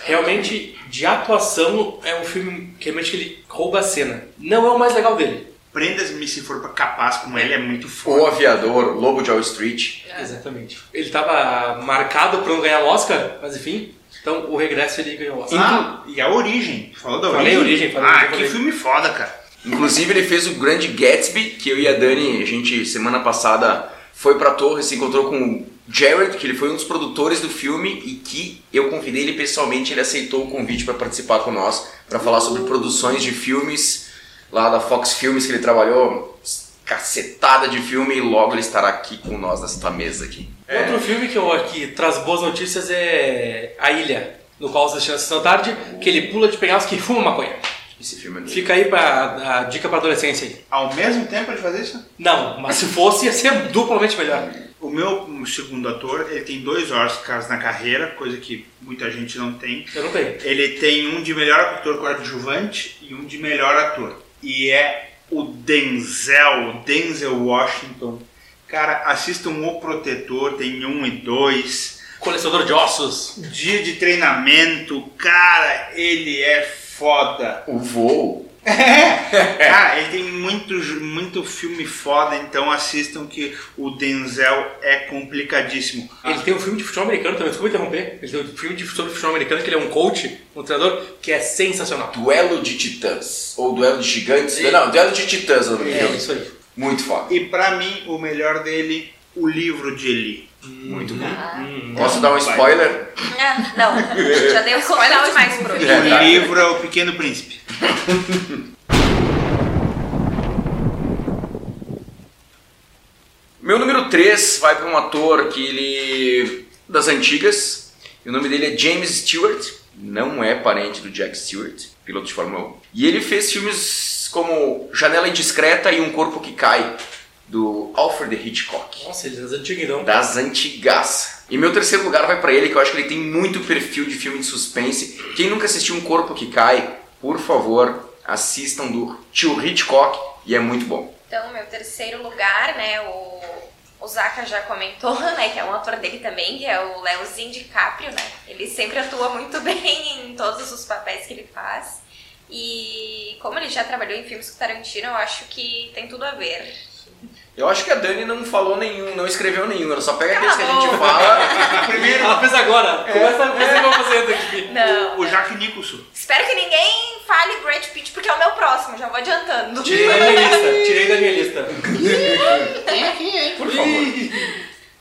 [SPEAKER 5] Realmente, de atuação, é um filme que realmente ele rouba a cena. Não é o mais legal dele.
[SPEAKER 1] Prendas-me se for capaz como ele, é muito
[SPEAKER 2] O
[SPEAKER 1] foda.
[SPEAKER 2] Aviador, Lobo de Wall Street.
[SPEAKER 5] Exatamente. Ele tava marcado pra não ganhar o Oscar, mas enfim. Então, o regresso ele ganhou o Oscar.
[SPEAKER 1] Ah, e a origem. Falou da
[SPEAKER 5] Falei
[SPEAKER 1] origem?
[SPEAKER 5] origem, falei
[SPEAKER 1] ah,
[SPEAKER 5] origem,
[SPEAKER 1] que
[SPEAKER 5] falei.
[SPEAKER 1] filme foda, cara.
[SPEAKER 2] Inclusive, ele fez o Grande Gatsby, que eu e a Dani, a gente, semana passada, foi pra torre, se encontrou com o Jared, que ele foi um dos produtores do filme e que eu convidei ele pessoalmente, ele aceitou o convite pra participar com nós, pra falar sobre produções de filmes, lá da Fox Filmes, que ele trabalhou, cacetada de filme, e logo ele estará aqui com nós nesta mesa aqui.
[SPEAKER 5] Outro filme que, eu, que traz boas notícias é A Ilha, no qual assisti essa sessão da tarde, que ele pula de penhasco e fuma maconha.
[SPEAKER 2] Esse filme é do-
[SPEAKER 5] Fica aí pra, a dica pra adolescência aí.
[SPEAKER 1] Ao mesmo tempo ele fazer isso?
[SPEAKER 5] Não, mas se fosse, ia ser duplamente melhor.
[SPEAKER 1] O meu segundo ator, ele tem dois Oscars na carreira, coisa que muita gente não tem.
[SPEAKER 5] Eu não tenho.
[SPEAKER 1] Ele tem um de melhor ator coadjuvante e um de melhor ator. E é o Denzel, o Denzel Washington. Cara, assistam O Protetor, tem um e dois.
[SPEAKER 5] Colecionador de ossos.
[SPEAKER 1] Dia de treinamento, cara, ele é foda.
[SPEAKER 2] O Voo.
[SPEAKER 1] Cara, ele tem muito, muito filme foda, então assistam que o Denzel é complicadíssimo.
[SPEAKER 5] Ele tem um filme de futebol americano também, desculpa interromper. Ele tem um filme de futebol, futebol americano que ele é um coach, um treinador, que é sensacional.
[SPEAKER 2] Duelo de Titãs. Ou Duelo de Gigantes. Não, Duelo de Titãs, eu não me
[SPEAKER 5] É
[SPEAKER 2] engano.
[SPEAKER 5] isso aí.
[SPEAKER 2] Muito foda.
[SPEAKER 1] E pra mim, o melhor dele, o livro de Eli.
[SPEAKER 2] Muito bom. Hum. Posso dar um
[SPEAKER 1] Vai.
[SPEAKER 2] spoiler?
[SPEAKER 3] Ah, não, já dei um spoiler demais por hoje.
[SPEAKER 2] É,
[SPEAKER 1] O
[SPEAKER 2] tá.
[SPEAKER 1] livro é o Pequeno Príncipe.
[SPEAKER 2] Meu número 3 vai para um ator que ele. das antigas. E o nome dele é James Stewart. Não é parente do Jack Stewart, piloto de Fórmula 1. E ele fez filmes como Janela Indiscreta e Um Corpo que Cai, do Alfred Hitchcock.
[SPEAKER 5] Nossa, ele é das antigas então.
[SPEAKER 2] das antigas. E meu terceiro lugar vai pra ele, que eu acho que ele tem muito perfil de filme de suspense. Quem nunca assistiu Um Corpo que Cai, por favor, assistam do tio Hitchcock e é muito bom.
[SPEAKER 3] Então, meu terceiro lugar, né, o, o o Zaka já comentou, né, que é um ator dele também, que é o Leozinho DiCaprio, né? Ele sempre atua muito bem em todos os papéis que ele faz. E como ele já trabalhou em filmes com Tarantino, eu acho que tem tudo a ver.
[SPEAKER 2] Eu acho que a Dani não falou nenhum, não escreveu nenhum. Ela só pega
[SPEAKER 3] Cala
[SPEAKER 2] aqueles que a gente
[SPEAKER 3] a boca.
[SPEAKER 2] fala. Primeiro.
[SPEAKER 5] Ela Ah, fez agora. Começa a ver o que eu vou fazer aqui.
[SPEAKER 3] Não.
[SPEAKER 1] O Jack Nicholson.
[SPEAKER 3] Espero que ninguém fale Brad Pitt, porque é o meu próximo, já vou adiantando.
[SPEAKER 5] Tirei da minha lista. Tirei da minha lista.
[SPEAKER 2] Por favor.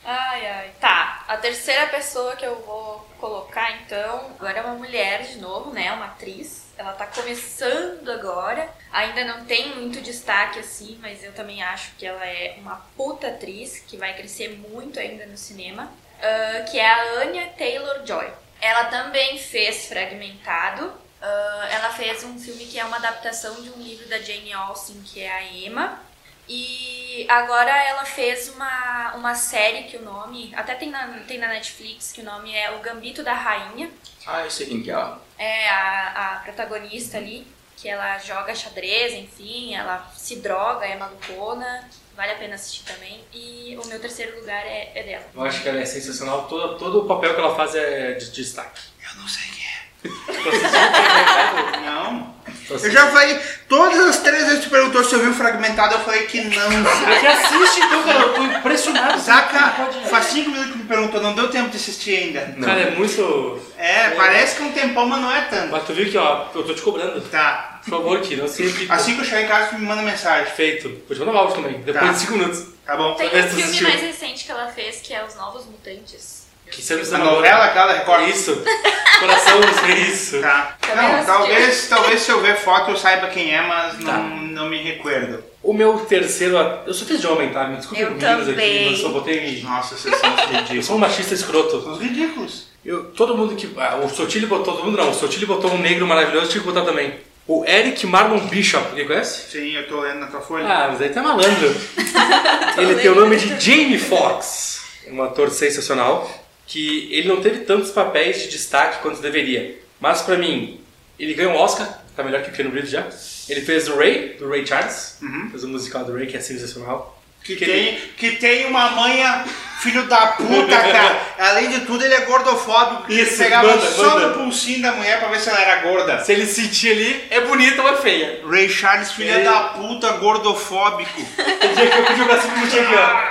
[SPEAKER 4] Ai, ai. Tá, a terceira pessoa que eu vou colocar, então, agora é uma mulher de novo, né? Uma atriz. Ela tá começando agora. Ainda não tem muito destaque assim, mas eu também acho que ela é uma puta atriz que vai crescer muito ainda no cinema. ah, que é a Anya Taylor Joy. Ela também fez Fragmentado. ah, ela fez um filme que é uma adaptação de um livro da Jane Austen, que é a Emma. E agora ela fez uma, uma série que o nome, até tem na, tem na Netflix, que o nome é O Gambito da Rainha.
[SPEAKER 2] Ah, eu sei quem que é. ó.
[SPEAKER 4] É a, a protagonista ali, que ela joga xadrez, enfim, ela se droga, é malucona. Vale a pena assistir também. E o meu terceiro lugar é, é dela.
[SPEAKER 5] Eu acho que ela é sensacional. Todo, todo o papel que ela faz é de destaque.
[SPEAKER 1] Eu não sei quem é.
[SPEAKER 5] Vocês-
[SPEAKER 1] Não.
[SPEAKER 5] vocês-
[SPEAKER 1] Eu já falei, todas as três vezes que tu perguntou se eu vi o fragmentado, eu falei que não.
[SPEAKER 5] É que assiste então, cara. Eu tô impressionado.
[SPEAKER 1] Saca, faz cinco minutos que me perguntou, não deu tempo de assistir ainda.
[SPEAKER 2] Não.
[SPEAKER 5] Cara, é muito...
[SPEAKER 1] É, parece que é um tempão, mas não é tanto.
[SPEAKER 5] Mas tu viu que, ó, eu tô te cobrando.
[SPEAKER 1] Tá.
[SPEAKER 5] Por favor, que não se repita.
[SPEAKER 1] Assim que eu chegar em casa, tu me manda mensagem.
[SPEAKER 5] Feito. Vou te mandar um áudio também, depois
[SPEAKER 1] Tá.
[SPEAKER 5] de 5 minutos.
[SPEAKER 1] Tá bom?
[SPEAKER 4] Tem
[SPEAKER 5] Talvez
[SPEAKER 4] um
[SPEAKER 5] tu
[SPEAKER 4] filme
[SPEAKER 5] assistiu.
[SPEAKER 4] mais recente que ela fez, que é Os Novos Mutantes.
[SPEAKER 5] Que você
[SPEAKER 1] A
[SPEAKER 5] não precisa um
[SPEAKER 1] novela aquela Record.
[SPEAKER 5] Isso. Coração, isso.
[SPEAKER 1] Tá.
[SPEAKER 4] Também não
[SPEAKER 1] Não,
[SPEAKER 4] assisti.
[SPEAKER 1] talvez, talvez se eu ver foto eu saiba quem é, mas
[SPEAKER 5] Tá.
[SPEAKER 1] não, não me recuerdo.
[SPEAKER 5] O meu terceiro... a- Eu sou fiz de homem, tá? Me desculpe,
[SPEAKER 3] Eu
[SPEAKER 5] meninas aqui,
[SPEAKER 3] também.
[SPEAKER 5] mas eu só botei...
[SPEAKER 1] Nossa, vocês são os
[SPEAKER 5] Eu
[SPEAKER 1] ridículos.
[SPEAKER 5] sou um machista escroto.
[SPEAKER 1] São os ridículos.
[SPEAKER 5] Eu- todo mundo que. ah, o Sotile botou. Todo mundo não. O Sotile botou um negro maravilhoso, tinha que botar também. O Eric Marlon Bishop, alguém conhece?
[SPEAKER 1] Sim, eu tô lendo na tua folha.
[SPEAKER 5] Ah, mas aí tá malandro. ele tem o nome de Jamie Foxx, um ator sensacional, que ele não teve tantos papéis de destaque quanto deveria. Mas pra mim, ele ganhou um Oscar, tá melhor que o Keanu Reeves já. Ele fez o Ray, do Ray Charles, fez o musical do Ray, que é sensacional.
[SPEAKER 1] Que,
[SPEAKER 5] Que
[SPEAKER 1] tem, que tem uma manha filho da puta, cara. Além de tudo, ele é gordofóbico. porque
[SPEAKER 5] Isso,
[SPEAKER 1] ele pegava
[SPEAKER 5] manda,
[SPEAKER 1] só
[SPEAKER 5] manda.
[SPEAKER 1] no pulsinho da mulher pra ver se ela era gorda.
[SPEAKER 5] Se ele sentir ali, é bonita ou é feia.
[SPEAKER 1] Ray Charles, filho
[SPEAKER 5] Ele-
[SPEAKER 1] da puta, gordofóbico.
[SPEAKER 5] Tem dia que eu pedi o bracinho pro Tim ó.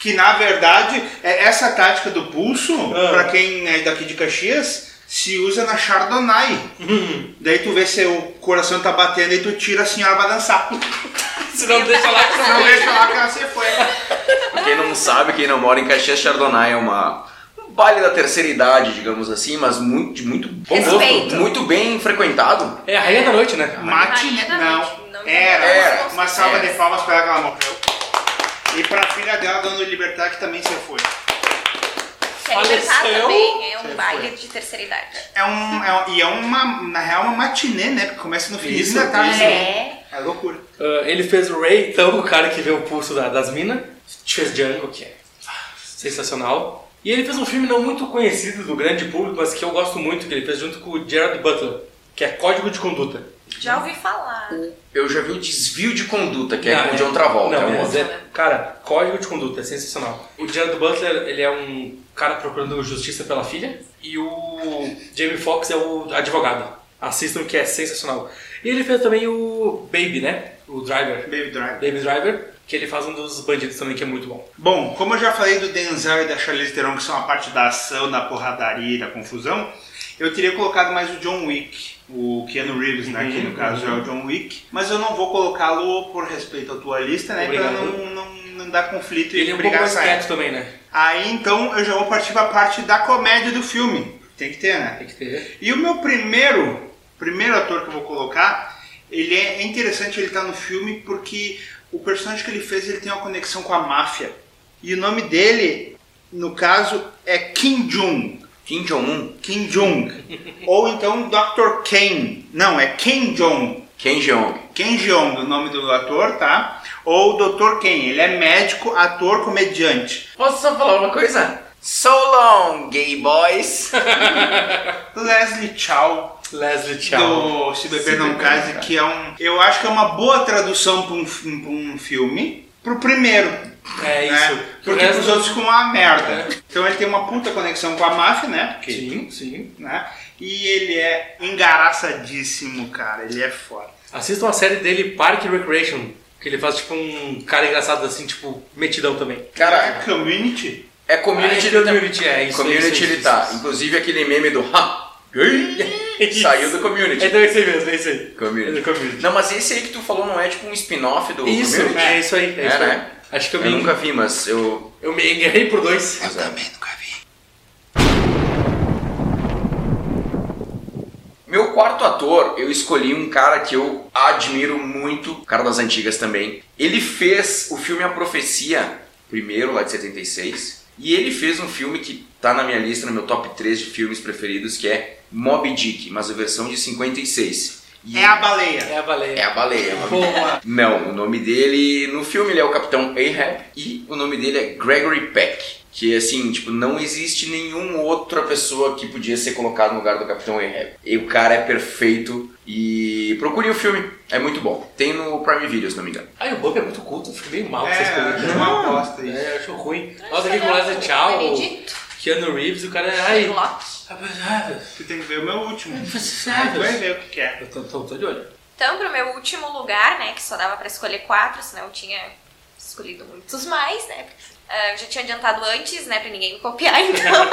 [SPEAKER 1] que na verdade, é essa tática do pulso,
[SPEAKER 5] Ah.
[SPEAKER 1] pra quem é daqui de Caxias, se usa na Chardonnay.
[SPEAKER 5] Uhum.
[SPEAKER 1] Daí tu vê se o coração tá batendo e tu tira a senhora pra dançar.
[SPEAKER 5] Se não deixa lá que
[SPEAKER 1] Não deixa lá que ela se foi.
[SPEAKER 2] Pra Quem não sabe, quem não mora em Caxias, Chardonnay é uma um baile da terceira idade, digamos assim, mas muito de muito bom gosto,
[SPEAKER 3] Respeito.
[SPEAKER 2] muito bem frequentado.
[SPEAKER 5] É a rainha da noite, né? cara?
[SPEAKER 1] Mate,
[SPEAKER 3] Rainha da
[SPEAKER 1] não.
[SPEAKER 3] noite, não
[SPEAKER 1] Era.
[SPEAKER 2] era.
[SPEAKER 1] Uma salva
[SPEAKER 2] Era.
[SPEAKER 1] de palmas pra ela que ela morreu. E pra filha dela, Dona Libertar, que também se foi.
[SPEAKER 3] Quer inventar
[SPEAKER 5] Faleceu.
[SPEAKER 3] também, é
[SPEAKER 1] Você
[SPEAKER 3] um baile de terceira idade.
[SPEAKER 1] É um, é um- e é uma, na real, uma matinê, né? Porque começa no
[SPEAKER 5] Isso,
[SPEAKER 1] finzinho da tarde.
[SPEAKER 5] isso.
[SPEAKER 1] né?
[SPEAKER 3] É.
[SPEAKER 1] É loucura.
[SPEAKER 5] Ah, ele fez o Ray, então, o cara que vê o pulso da- das minas. Fez Django, que é sensacional. E ele fez um filme não muito conhecido do grande público, mas que eu gosto muito, que ele fez junto com o Gerard Butler, que é Código de Conduta.
[SPEAKER 3] Já ouvi falar.
[SPEAKER 2] Eu já vi o desvio de conduta, que é
[SPEAKER 5] Não,
[SPEAKER 2] com o John Travolta. é
[SPEAKER 5] Não,
[SPEAKER 2] um
[SPEAKER 5] mas
[SPEAKER 2] outro.
[SPEAKER 5] é- cara, Código de Conduta é sensacional. O Gerard Butler, ele é um cara procurando justiça pela filha, e o Jamie Foxx é o advogado. Assistam que é sensacional. E ele fez também o Baby, né? O Driver.
[SPEAKER 1] Baby Drive.
[SPEAKER 5] Baby Driver, que ele faz um dos bandidos também, que é muito bom.
[SPEAKER 1] Bom, como eu já falei do Denzel e da Charlize Theron, que são a parte da ação, da porradaria e da confusão, eu teria colocado mais o John Wick, o Keanu Reeves, né, que
[SPEAKER 5] Uhum,
[SPEAKER 1] no caso é o John Wick, mas eu não vou colocá-lo por respeito à tua lista, né, para
[SPEAKER 5] Obrigado.
[SPEAKER 1] não, não, não dar conflito
[SPEAKER 5] Ele
[SPEAKER 1] e
[SPEAKER 5] é um pouco
[SPEAKER 1] brigar
[SPEAKER 5] mais
[SPEAKER 1] sair.
[SPEAKER 5] quieto também, né?
[SPEAKER 1] Aí então eu já vou partir para a parte da comédia do filme, tem que ter, né?
[SPEAKER 5] Tem que ter.
[SPEAKER 1] E o meu primeiro, primeiro ator que eu vou colocar, ele é é interessante ele estar no filme porque o personagem que ele fez ele tem uma conexão com a máfia. E o nome dele, no caso, é Kim Jong.
[SPEAKER 2] Kim Jong-un,
[SPEAKER 1] Kim Jong. Ou então Dr. Ken. Não, é Kim Jong.
[SPEAKER 2] Kim Jong.
[SPEAKER 1] Ken Jeong, o nome do ator, tá? Ou Dr. Ken, ele é médico, ator, comediante.
[SPEAKER 2] Posso só falar uma coisa? So long, gay boys.
[SPEAKER 1] Leslie Chow,
[SPEAKER 5] Leslie Chow.
[SPEAKER 1] do Se Beber
[SPEAKER 2] Se
[SPEAKER 1] Não
[SPEAKER 2] Beber
[SPEAKER 1] Case,
[SPEAKER 2] Não Case.
[SPEAKER 1] que é um. Eu acho que é uma boa tradução para um, fi- pra um filme. Pro primeiro.
[SPEAKER 5] É isso.
[SPEAKER 1] né?
[SPEAKER 5] Pro
[SPEAKER 1] Porque
[SPEAKER 5] resto- É.
[SPEAKER 1] os outros ficam uma merda. Então ele tem uma puta conexão com a máfia, né? Porque,
[SPEAKER 5] Sim, sim.
[SPEAKER 1] né? E ele é engaraçadíssimo, cara. Ele é foda.
[SPEAKER 5] Assistam a série dele, Park Recreation, que ele faz tipo um cara engraçado assim, tipo, metidão também.
[SPEAKER 2] Cara,
[SPEAKER 1] É community?
[SPEAKER 2] Ah, é community
[SPEAKER 5] Ah, é
[SPEAKER 2] ele tá-
[SPEAKER 5] community, é isso,
[SPEAKER 2] Community
[SPEAKER 5] isso, isso,
[SPEAKER 2] ele
[SPEAKER 5] isso,
[SPEAKER 2] tá.
[SPEAKER 5] isso.
[SPEAKER 2] Inclusive aquele meme do ha! Saiu do community.
[SPEAKER 5] Então é isso aí mesmo, é isso aí.
[SPEAKER 2] Community.
[SPEAKER 5] É do community.
[SPEAKER 2] Não, mas esse aí que tu falou não é tipo um spin-off do
[SPEAKER 5] Isso,
[SPEAKER 2] community?
[SPEAKER 5] é isso aí. É,
[SPEAKER 2] É,
[SPEAKER 5] isso aí.
[SPEAKER 2] né?
[SPEAKER 5] Acho que eu,
[SPEAKER 2] Eu
[SPEAKER 5] me,
[SPEAKER 2] nunca vi, mas eu. é.
[SPEAKER 5] eu me enganei por dois.
[SPEAKER 1] também nunca vi.
[SPEAKER 2] Meu quarto ator, eu escolhi um cara que eu admiro muito, cara das antigas também. Ele fez o filme A Profecia, primeiro, lá de 76. E ele fez um filme que tá na minha lista, no meu top 3 de filmes preferidos, que é Mob Dick, mas a versão de 56. E
[SPEAKER 1] É a baleia.
[SPEAKER 5] É a baleia.
[SPEAKER 2] é a baleia, Mob
[SPEAKER 5] Boa.
[SPEAKER 2] Não, o nome dele no filme ele é o Capitão Ahab e o nome dele é Gregory Peck, que assim, tipo, não existe nenhuma outra pessoa que podia ser colocada no lugar do Capitão Ahab. E o cara é perfeito e procure o filme, é muito bom. Tem no Prime Video, se não me engano.
[SPEAKER 5] Ai, o Bump é muito culto, eu fico meio mal com
[SPEAKER 1] É,
[SPEAKER 5] essas coisas.
[SPEAKER 1] é uma bosta isso.
[SPEAKER 5] É, eu acho ruim. Nossa, aqui com Lázaro, tchau.
[SPEAKER 3] Benedito,
[SPEAKER 5] Keanu Reeves, o cara é. Ai.
[SPEAKER 3] Sherlock.
[SPEAKER 1] Tu tem que ver o meu último. Tu vai
[SPEAKER 5] Eu
[SPEAKER 1] ver o que que é.
[SPEAKER 5] tô, tô, tô de olho.
[SPEAKER 3] Então, pro meu último lugar, né, que só dava pra escolher quatro, senão eu tinha escolhido muitos mais, né? Ah, eu já tinha adiantado antes, né, pra ninguém me copiar, então.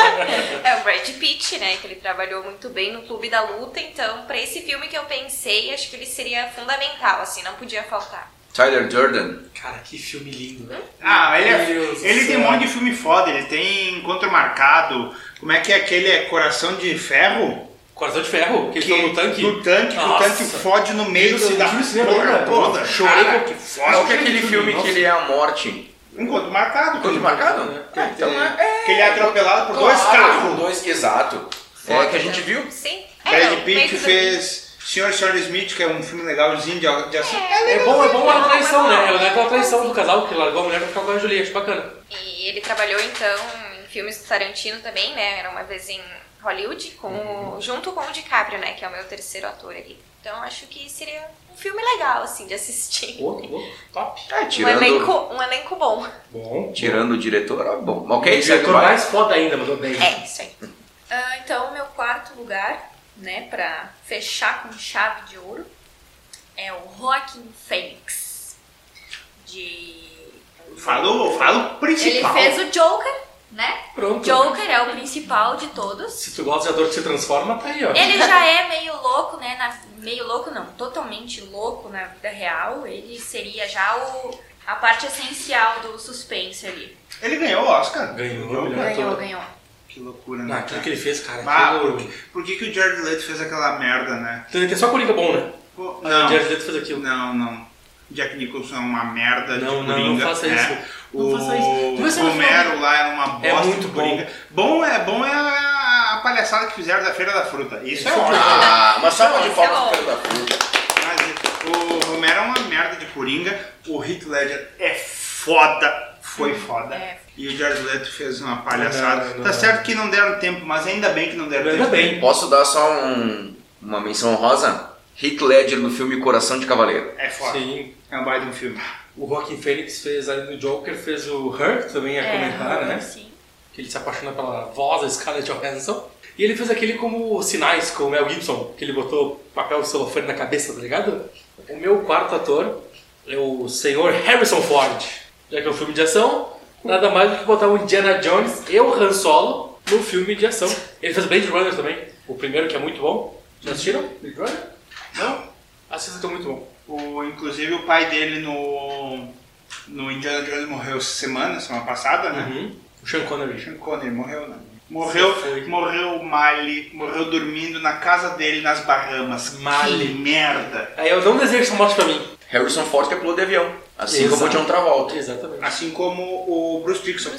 [SPEAKER 3] é o Brad Pitt, né, que ele trabalhou muito bem no Clube da Luta, então, pra esse filme que eu pensei, acho que ele seria fundamental, assim, não podia faltar.
[SPEAKER 2] Tyler Durden.
[SPEAKER 5] Cara, que filme lindo, velho.
[SPEAKER 1] Ah, ele, é,
[SPEAKER 5] Meu Deus do
[SPEAKER 1] ele tem
[SPEAKER 5] céu.
[SPEAKER 1] um monte de filme foda, ele tem Encontro Marcado, como é que é aquele é Coração de Ferro?
[SPEAKER 5] Coração de Ferro, que, ele foi no tanque.
[SPEAKER 1] No tanque, que o
[SPEAKER 5] Nossa.
[SPEAKER 1] tanque fode no meio
[SPEAKER 5] Meu Deus,
[SPEAKER 1] da
[SPEAKER 5] eu vi isso mesmo,
[SPEAKER 1] porra
[SPEAKER 5] cara.
[SPEAKER 1] toda.
[SPEAKER 5] Chorei
[SPEAKER 1] Cara,
[SPEAKER 5] com-
[SPEAKER 1] que
[SPEAKER 2] Qual que
[SPEAKER 1] foda.
[SPEAKER 2] é aquele filme que ele é a morte?
[SPEAKER 1] Encontro Marcado.
[SPEAKER 2] Quando marcado?
[SPEAKER 5] É,
[SPEAKER 2] Ah, então é.
[SPEAKER 1] Que ele é atropelado por dois
[SPEAKER 2] Claro, um,
[SPEAKER 1] carros.
[SPEAKER 2] Dois, exato. É que a
[SPEAKER 5] né?
[SPEAKER 2] gente viu.
[SPEAKER 3] Sim.
[SPEAKER 5] É,
[SPEAKER 3] não,
[SPEAKER 1] Brad
[SPEAKER 3] meio
[SPEAKER 1] Pitt
[SPEAKER 3] que do-
[SPEAKER 1] fez Senhor e Senhora Smith, que é um filme legalzinho de, de ação.
[SPEAKER 5] É bom, é bom a traição, né? É aquela traição do casal que largou a mulher pra ficar com a Juliette, bacana.
[SPEAKER 3] E ele trabalhou então em filmes do Tarantino também, né? Era uma vez em Hollywood, com
[SPEAKER 2] Uhum.
[SPEAKER 3] o- junto com o DiCaprio, né? Que é o meu terceiro ator ali. Então acho que seria um filme legal, assim, de assistir.
[SPEAKER 5] Boa, boa, top.
[SPEAKER 2] É,
[SPEAKER 3] Um elenco, um elenco bom.
[SPEAKER 5] Bom.
[SPEAKER 2] Tirando o diretor, ó, bom. Ok,
[SPEAKER 5] O
[SPEAKER 2] certo,
[SPEAKER 5] diretor
[SPEAKER 2] vai.
[SPEAKER 5] mais foda ainda, mandou bem.
[SPEAKER 3] É, isso aí.
[SPEAKER 4] Ah, então, o meu quarto lugar, né, pra fechar com chave de ouro, é o Joaquin Phoenix. De...
[SPEAKER 1] Falou, fala o
[SPEAKER 4] Ele
[SPEAKER 1] principal.
[SPEAKER 4] fez o Joker, né?
[SPEAKER 5] Pronto.
[SPEAKER 4] Joker é o principal de todos.
[SPEAKER 5] Se tu gosta de ator que se transforma, tá aí, ó.
[SPEAKER 4] Ele já é meio louco, né? na- meio louco não, totalmente louco na vida real. Ele seria já o, a parte essencial do suspense ali.
[SPEAKER 1] Ele ganhou o Oscar.
[SPEAKER 5] Ganhou,
[SPEAKER 1] cara.
[SPEAKER 5] melhor.
[SPEAKER 4] Ganhou,
[SPEAKER 5] Ganhou,
[SPEAKER 4] ganhou.
[SPEAKER 1] Que loucura,
[SPEAKER 5] Não,
[SPEAKER 1] né?
[SPEAKER 5] aquilo que ele fez, cara.
[SPEAKER 1] Ah,
[SPEAKER 5] aquilo-
[SPEAKER 1] por, que, por que, que o Jared Leto fez aquela merda, né?
[SPEAKER 5] Então, ele tem só Coringa bom, né?
[SPEAKER 1] Pô,
[SPEAKER 5] O
[SPEAKER 1] não.
[SPEAKER 5] Jared Leto fez aquilo.
[SPEAKER 1] Não, não. Jack Nicholson é uma merda
[SPEAKER 5] Não,
[SPEAKER 1] de
[SPEAKER 5] não,
[SPEAKER 1] coringa.
[SPEAKER 5] não faça
[SPEAKER 1] né?
[SPEAKER 5] isso. Não
[SPEAKER 1] O
[SPEAKER 5] faça isso. Tu vai ser no
[SPEAKER 1] Romero
[SPEAKER 5] final.
[SPEAKER 1] lá é uma bosta
[SPEAKER 5] É muito
[SPEAKER 1] de coringa. Bom. é bom é a a palhaçada que fizeram da Feira da Fruta. Isso é
[SPEAKER 5] Isso é
[SPEAKER 1] ótimo.
[SPEAKER 2] Ah, uma salva de
[SPEAKER 3] Isso é
[SPEAKER 2] palmas
[SPEAKER 3] bom.
[SPEAKER 2] pro filho da puta.
[SPEAKER 1] Mas o Romero é uma merda de coringa. O Heath Ledger é foda. Foi foda.
[SPEAKER 4] É.
[SPEAKER 1] E o Jared Leto fez uma palhaçada.
[SPEAKER 5] Não, não,
[SPEAKER 1] tá
[SPEAKER 5] não.
[SPEAKER 1] certo que não deram tempo, mas ainda é bem que não deram
[SPEAKER 5] Ainda
[SPEAKER 1] tempo.
[SPEAKER 5] tá bem.
[SPEAKER 2] Posso dar só um- uma menção honrosa? Heath Ledger no filme Coração de Cavaleiro.
[SPEAKER 1] É foda.
[SPEAKER 5] Sim.
[SPEAKER 1] É um baita de um filme.
[SPEAKER 5] O Joaquin Phoenix fez, além do Joker, fez o Her, que também ia comentar, né?
[SPEAKER 4] Sim.
[SPEAKER 5] que ele se apaixona pela voz da Scarlett Johansson. E ele fez aquele como sinais com o Mel Gibson, que ele botou papel celofane na cabeça, tá ligado? O meu quarto ator é o senhor Harrison Ford. Já que é um filme de ação, nada mais do que botar o Indiana Jones e o Han Solo no filme de ação. Ele fez Blade Runner também, o primeiro que é muito bom. Já assistiram Blade Runner? Não? Assista que é muito bom.
[SPEAKER 1] O, inclusive o pai dele no, no Indiana Jones morreu essa semana, semana passada, né?
[SPEAKER 5] Uhum. O Sean Connery.
[SPEAKER 1] Sean Connery morreu, né? Morreu,
[SPEAKER 5] Foi.
[SPEAKER 1] morreu Mali, morreu dormindo na casa dele nas Bahamas.
[SPEAKER 5] Mali.
[SPEAKER 1] Que merda!
[SPEAKER 5] Aí eu não desejo que isso morte pra mim.
[SPEAKER 2] Harrison Ford que pulou de avião. Assim
[SPEAKER 5] Exato.
[SPEAKER 2] como o John Travolta.
[SPEAKER 5] Exatamente.
[SPEAKER 1] Assim como o Bruce Dixon.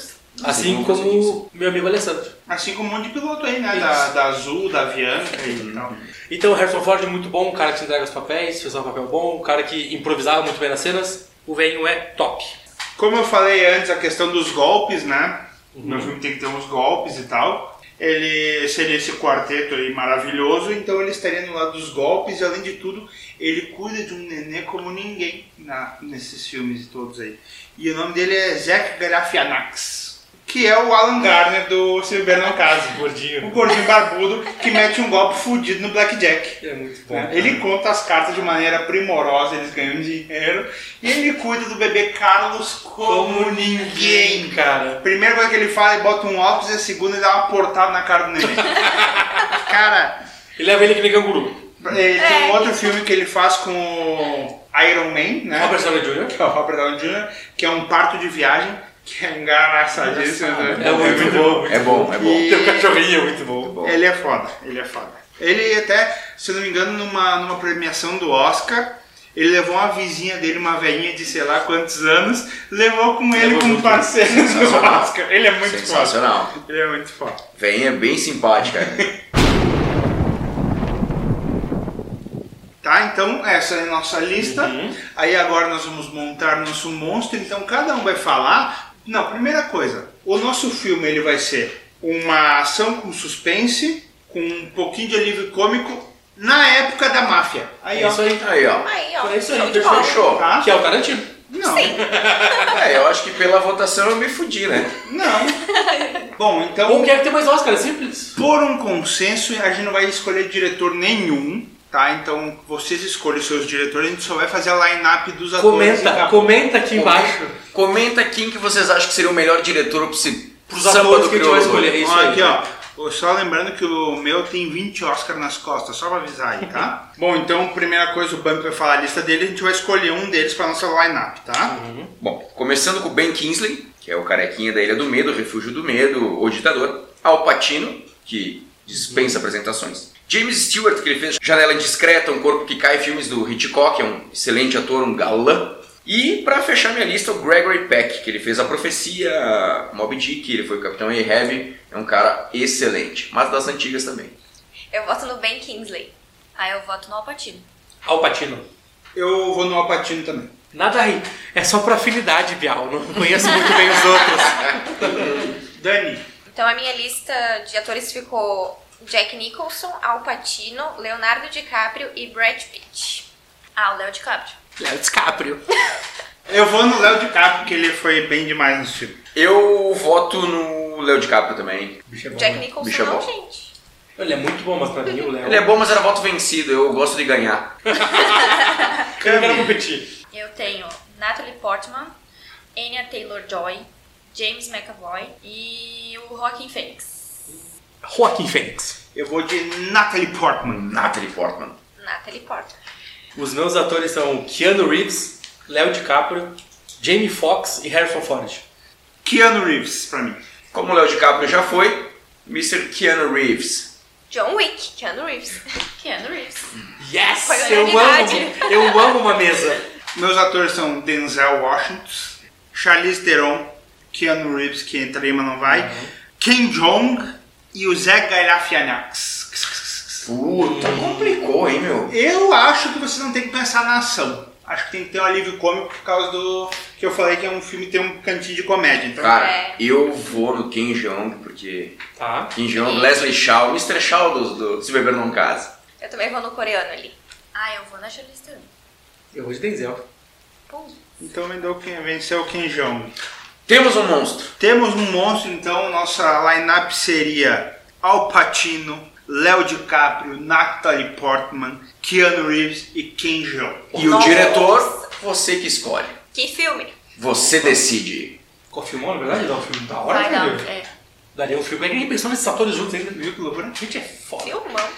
[SPEAKER 5] Assim
[SPEAKER 2] Sim,
[SPEAKER 5] como meu amigo Alessandro.
[SPEAKER 1] Assim como um monte de piloto aí, né? Da, da Azul, da Avianca e tal.
[SPEAKER 5] Então, o Harrison Ford é muito bom, um cara que entrega os papéis, fez um papel bom, um cara que improvisava muito bem nas cenas. O velho é top.
[SPEAKER 1] Como eu falei antes, a questão dos golpes, né? Meu filme tem que ter uns golpes e tal. ele seria esse quarteto aí maravilhoso, então ele estaria no lado dos golpes e além de tudo, ele cuida de um nenê como ninguém na- nesses filmes todos aí. E o nome dele é Zac Galifianax, que é o Alan Garner do Silvio Bernacazzi, o
[SPEAKER 5] Gordinho.
[SPEAKER 1] gordinho barbudo que mete um golpe fudido no Blackjack.
[SPEAKER 5] É muito bom.
[SPEAKER 1] Né? Ele conta as cartas de maneira primorosa, eles ganham dinheiro. E ele cuida do bebê Carlos como, ninguém.
[SPEAKER 5] cara.
[SPEAKER 1] Primeira coisa que ele fala, ele bota um óculos e a segunda ele dá uma portada na cara do neném. cara,
[SPEAKER 5] Ele leva ele que nem canguru.
[SPEAKER 1] eh, tem um outro filme que ele faz com o Iron Man, né?
[SPEAKER 5] Robert Downey Jr.
[SPEAKER 1] que é o Robert Downey Jr., que é um parto de viagem, que é engraçadíssimo. né?
[SPEAKER 5] É muito bom.
[SPEAKER 2] É bom, é bom.
[SPEAKER 1] E-
[SPEAKER 5] Tem um cachorrinho, muito bom.
[SPEAKER 2] Bom.
[SPEAKER 1] Ele é foda, ele é foda. Ele até, se não me engano, numa, numa premiação do Oscar, ele levou uma vizinha dele, uma velhinha de sei lá quantos anos, levou com ele
[SPEAKER 5] Levou
[SPEAKER 1] como
[SPEAKER 5] junto.
[SPEAKER 1] parceiro do
[SPEAKER 2] Sensacional.
[SPEAKER 1] Oscar. Ele é muito foda.
[SPEAKER 2] Sensacional.
[SPEAKER 1] Ele é muito foda.
[SPEAKER 2] Venha bem simpática.
[SPEAKER 1] Tá, então essa é a nossa lista.
[SPEAKER 5] Uhum.
[SPEAKER 1] Aí agora nós vamos montar nosso monstro, então cada um vai falar. Não, primeira coisa, o nosso filme ele vai ser uma ação com suspense, com um pouquinho de alívio cômico na época da máfia. Aí,
[SPEAKER 5] É
[SPEAKER 1] ó.
[SPEAKER 5] isso aí.
[SPEAKER 2] Aí, ó.
[SPEAKER 3] Tá Aí, ó.
[SPEAKER 5] É isso aí,
[SPEAKER 3] show de
[SPEAKER 5] perfeito.
[SPEAKER 3] bola.
[SPEAKER 2] Fechou.
[SPEAKER 1] Tá?
[SPEAKER 5] Que é o Tarantino.
[SPEAKER 1] Não.
[SPEAKER 3] Sim.
[SPEAKER 2] É, eu acho que pela votação eu me fudi, né?
[SPEAKER 1] Não. Bom,
[SPEAKER 5] Ou
[SPEAKER 1] então,
[SPEAKER 5] quer ter mais Oscar, é simples.
[SPEAKER 1] por um consenso, a gente não vai escolher diretor nenhum, tá? Então, vocês escolhem os seus diretores, a gente só vai fazer a line-up dos atores. e
[SPEAKER 5] Comenta,
[SPEAKER 1] tal.
[SPEAKER 5] comenta aqui embaixo.
[SPEAKER 2] Comenta quem que vocês acham que seria o melhor diretor pro si- pro
[SPEAKER 5] Pros atores que a gente vai
[SPEAKER 2] Crioulo.
[SPEAKER 5] escolher. É isso
[SPEAKER 1] Ó,
[SPEAKER 5] aí.
[SPEAKER 1] aqui, ó. Só lembrando que o meu tem 20 Oscar nas costas, só pra avisar aí, tá? Bom, então, primeira coisa, o Bump vai falar a lista dele, a gente vai escolher um deles pra nossa line-up, tá?
[SPEAKER 2] Bom, começando com o Ben Kingsley, que é o carequinha da Ilha do Medo, Refúgio do Medo, O Ditador. Al Pacino, que dispensa apresentações. James Stewart, que ele fez Janela Indiscreta, Um Corpo que Cai, filmes do Hitchcock, é um excelente ator, um galã. E pra fechar minha lista, o Gregory Peck, que ele fez A Profecia, Mob Dick, ele foi o Capitão Ahab, é um cara excelente, mas das antigas também.
[SPEAKER 3] Eu voto no Ben Kingsley.
[SPEAKER 4] Ah, eu voto no Alpatino.
[SPEAKER 5] Al Pacino.
[SPEAKER 1] Eu vou no Alpatino também.
[SPEAKER 5] Nada aí. É só pra afinidade, Bial. Não conheço muito bem os outros.
[SPEAKER 1] Dani,
[SPEAKER 3] Então a minha lista de atores ficou Jack Nicholson, Al Pacino, Leonardo DiCaprio e Brad Pitt.
[SPEAKER 4] Ah, o Léo DiCaprio.
[SPEAKER 5] É o Descaprio.
[SPEAKER 1] eu vou no Léo DiCaprio, porque ele foi bem demais no filme.
[SPEAKER 2] Eu voto no Léo DiCaprio também.
[SPEAKER 3] Jack Nicholson
[SPEAKER 2] Bicho é
[SPEAKER 3] não,
[SPEAKER 2] bom.
[SPEAKER 3] gente.
[SPEAKER 5] Ele é muito bom, mas pra mim o Léo.
[SPEAKER 2] Ele é bom, mas era voto vencido, eu gosto de ganhar.
[SPEAKER 5] Eu quero competir.
[SPEAKER 4] Eu tenho Natalie Portman, Anya Taylor-Joy, James McAvoy e o Joaquin Phoenix.
[SPEAKER 5] Joaquim Fênix.
[SPEAKER 1] Eu vou de Natalie Portman.
[SPEAKER 2] Natalie Portman.
[SPEAKER 3] Natalie Portman.
[SPEAKER 5] Os meus atores são Keanu Reeves, Léo DiCaprio, Jamie Foxx e Harrison Ford.
[SPEAKER 1] Keanu Reeves, pra mim.
[SPEAKER 2] Como o Léo DiCaprio já foi, Mr. Keanu Reeves.
[SPEAKER 3] John Wick, Keanu Reeves.
[SPEAKER 4] Keanu Reeves.
[SPEAKER 5] Yes!
[SPEAKER 3] Foi
[SPEAKER 5] Eu
[SPEAKER 3] unanimidade.
[SPEAKER 5] amo, eu amo uma mesa.
[SPEAKER 1] Meus atores são Denzel Washington, Charlize Theron, Keanu Reeves, que entra mas não vai, Ken Jong e o Zé Galifianax.
[SPEAKER 2] Puta, complicou, hein, meu?
[SPEAKER 1] Eu acho que vocês não tem que pensar na ação. Acho que tem que ter um alívio cômico por causa do que eu falei que é um filme que tem um cantinho de comédia. Então,
[SPEAKER 2] Cara, eu vou no Kim Jong, porque
[SPEAKER 5] Tá.
[SPEAKER 2] Kim Jong, Leslie Shaw, Mr. Shaw do, do Se Beber Não Casa.
[SPEAKER 3] Eu também vou no coreano ali.
[SPEAKER 4] Ah, eu vou na Charlize Theron.
[SPEAKER 5] Eu vou de Denzel.
[SPEAKER 1] então vendeu quem venceu o Ken Jong.
[SPEAKER 2] Temos um monstro.
[SPEAKER 1] Temos um monstro, então nossa lineup seria Al Pacino, Léo DiCaprio, Natalie Portman, Keanu Reeves e Ken Jong.
[SPEAKER 2] E o
[SPEAKER 3] Nossa.
[SPEAKER 2] diretor, você que escolhe.
[SPEAKER 3] Que filme?
[SPEAKER 2] Você decide.
[SPEAKER 5] Qual filmão, na verdade? Dá um filme da hora,
[SPEAKER 4] Vai dar,
[SPEAKER 5] velho.
[SPEAKER 4] é.
[SPEAKER 5] Daria um filme. É que nem pensou nesses atores juntos ainda.
[SPEAKER 1] Viu que loucura?
[SPEAKER 5] Gente, é foda.
[SPEAKER 3] Filmão.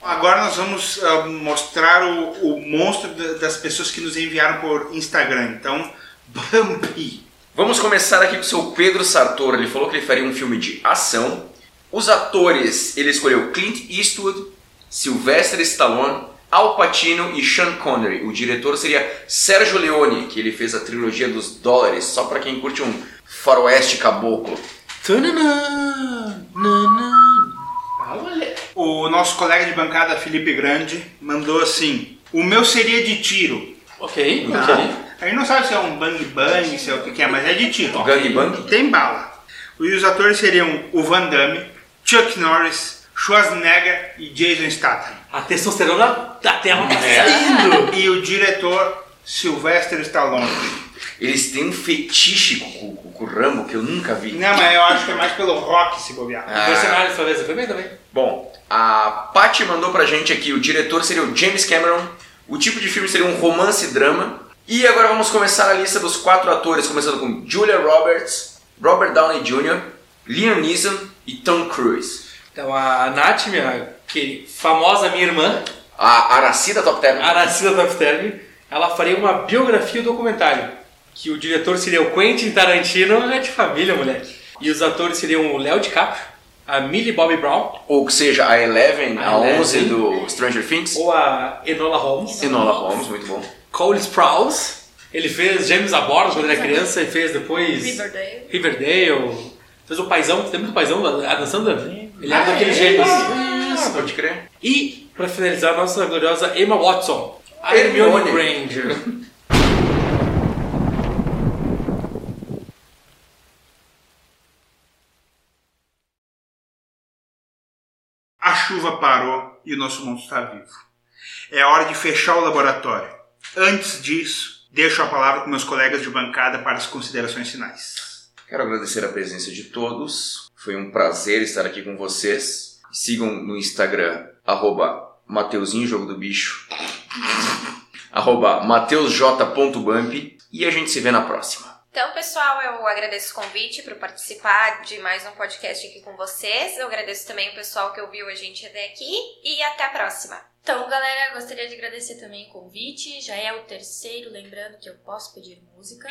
[SPEAKER 1] Agora nós vamos ah, mostrar o, o monstro da- das pessoas que nos enviaram por Instagram. Então, Bumpy.
[SPEAKER 2] Vamos começar aqui com o seu Pedro Sartor. Ele falou que ele faria um filme de ação. Os atores, ele escolheu Clint Eastwood, Sylvester Stallone, Al Pacino e Sean Connery. O diretor seria Sérgio Leone, que ele fez a trilogia dos dólares, só pra quem curte um faroeste caboclo.
[SPEAKER 5] Tananã, nanã. Ah, olha.
[SPEAKER 1] O nosso colega de bancada, Felipe Grande, mandou assim: O meu seria de tiro.
[SPEAKER 5] Ok, ok.
[SPEAKER 1] Tá? A gente não sabe se é um bang bang, se é o que, que é, mas é de tiro. ó.
[SPEAKER 2] Gangbang?
[SPEAKER 1] Tem bala. E os atores seriam o Van Damme, Chuck Norris, Schwarzenegger e Jason Statham.
[SPEAKER 5] A testosterona da tela tá
[SPEAKER 2] É.
[SPEAKER 5] saindo.
[SPEAKER 1] E o diretor Sylvester Stallone.
[SPEAKER 2] Eles têm um fetiche com, com- com o Rambo que eu nunca vi.
[SPEAKER 1] Não, mas eu acho que é mais pelo rock se bobear.
[SPEAKER 2] Ah.
[SPEAKER 5] Mercenários, talvez, foi bem também.
[SPEAKER 2] Bom, a Paty mandou pra gente aqui, o diretor seria o James Cameron, o tipo de filme seria um romance e drama. E agora vamos começar a lista dos quatro atores, começando com Julia Roberts, Robert Downey Jr., Liam Neeson e Tom Cruise.
[SPEAKER 5] Então a Nath, minha que, famosa minha irmã,
[SPEAKER 2] A Aracida Top Term.
[SPEAKER 5] Aracida Top Term, ela faria uma biografia e um documentário. Que o diretor seria o Quentin Tarantino, é de família, moleque. E os atores seriam o Léo DiCaprio, a Millie Bobby Brown,
[SPEAKER 2] Ou que seja, a Eleven, a,
[SPEAKER 5] A
[SPEAKER 2] 11
[SPEAKER 5] Eleven.
[SPEAKER 2] do Stranger Things.
[SPEAKER 5] ou a Enola Holmes.
[SPEAKER 2] Enola Holmes, muito bom.
[SPEAKER 5] Cole Sprouse, ele fez Gêmeos a Bordo quando era criança e fez depois...
[SPEAKER 4] Riverdale.
[SPEAKER 5] Riverdale. Fez o Paizão, lembra do Paizão, a Dan Sandler? Ele era assim.
[SPEAKER 2] Ah,
[SPEAKER 5] daqueles
[SPEAKER 2] é?
[SPEAKER 5] gêmeos.
[SPEAKER 2] Ah, pode crer.
[SPEAKER 5] E, pra finalizar, a nossa gloriosa Emma Watson. A
[SPEAKER 2] Hermione.
[SPEAKER 5] Hermione Granger.
[SPEAKER 1] A chuva parou e o nosso mundo está vivo. É hora de fechar o laboratório. Antes disso, deixo a palavra com meus colegas de bancada para as considerações finais.
[SPEAKER 2] Quero agradecer a presença de todos. Foi um prazer estar aqui com vocês. Sigam no Instagram, arroba Mateuzinho Jogo do Bicho, arroba mateusj.bump e a gente se vê na próxima.
[SPEAKER 3] Então, pessoal, eu agradeço o convite para participar de mais um podcast aqui com vocês. Eu agradeço também o pessoal que ouviu a gente até aqui e até a próxima.
[SPEAKER 4] Então, galera, gostaria de agradecer também o convite. Já é o terceiro, lembrando que eu posso pedir música.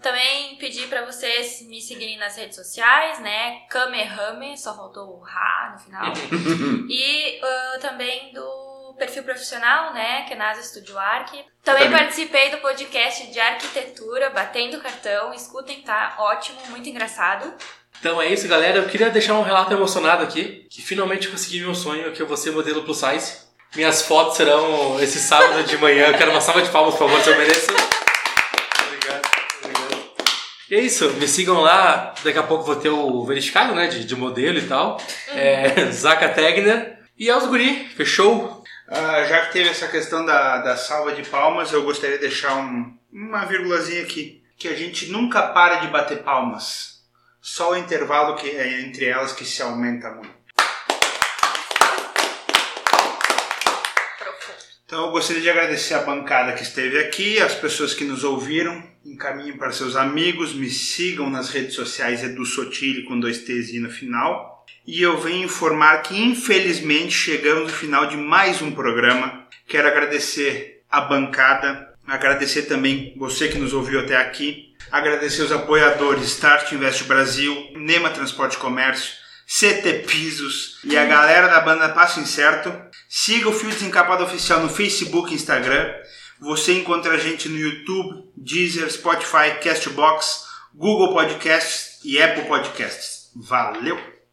[SPEAKER 4] também pedir pra vocês me seguirem nas redes sociais, né? Kamehame, só faltou o Ra no final. E ah, também do perfil profissional, né? Kenasa Studio Arc. Também
[SPEAKER 2] Também.
[SPEAKER 4] participei do podcast de arquitetura, Batendo Cartão. Escutem, tá? Ótimo, muito engraçado.
[SPEAKER 5] Então é isso, galera. Eu queria deixar um relato emocionado aqui, que finalmente eu consegui meu sonho, que eu vou ser modelo plus size. Minhas fotos serão esse sábado de manhã. Eu quero uma salva de palmas, por favor, se eu mereço. Obrigado, obrigado. E é isso, me sigam lá. Daqui a pouco vou ter o verificado, né, de, de modelo e tal. É, Zaca Tegner. E é os guri, fechou?
[SPEAKER 1] Ah, já que teve essa questão da, da salva de palmas, eu gostaria de deixar um- uma vírgulazinha aqui. Que a gente nunca para de bater palmas. Só o intervalo que é entre elas que se aumenta muito. Então eu gostaria de agradecer a bancada que esteve aqui, as pessoas que nos ouviram, encaminhem para seus amigos, me sigam nas redes sociais Edu Sotile com dois T's e no final. E eu venho informar que infelizmente chegamos no final de mais um programa. Quero agradecer a bancada, agradecer também você que nos ouviu até aqui, agradecer os apoiadores Start Invest Brasil, Nema Transporte e Comércio, CT Pisos e a galera da banda Passo Incerto. Siga o Fio Desencapado Oficial no Facebook e Instagram. Você encontra a gente no YouTube, Deezer, Spotify, Castbox, Google Podcasts e Apple Podcasts. Valeu!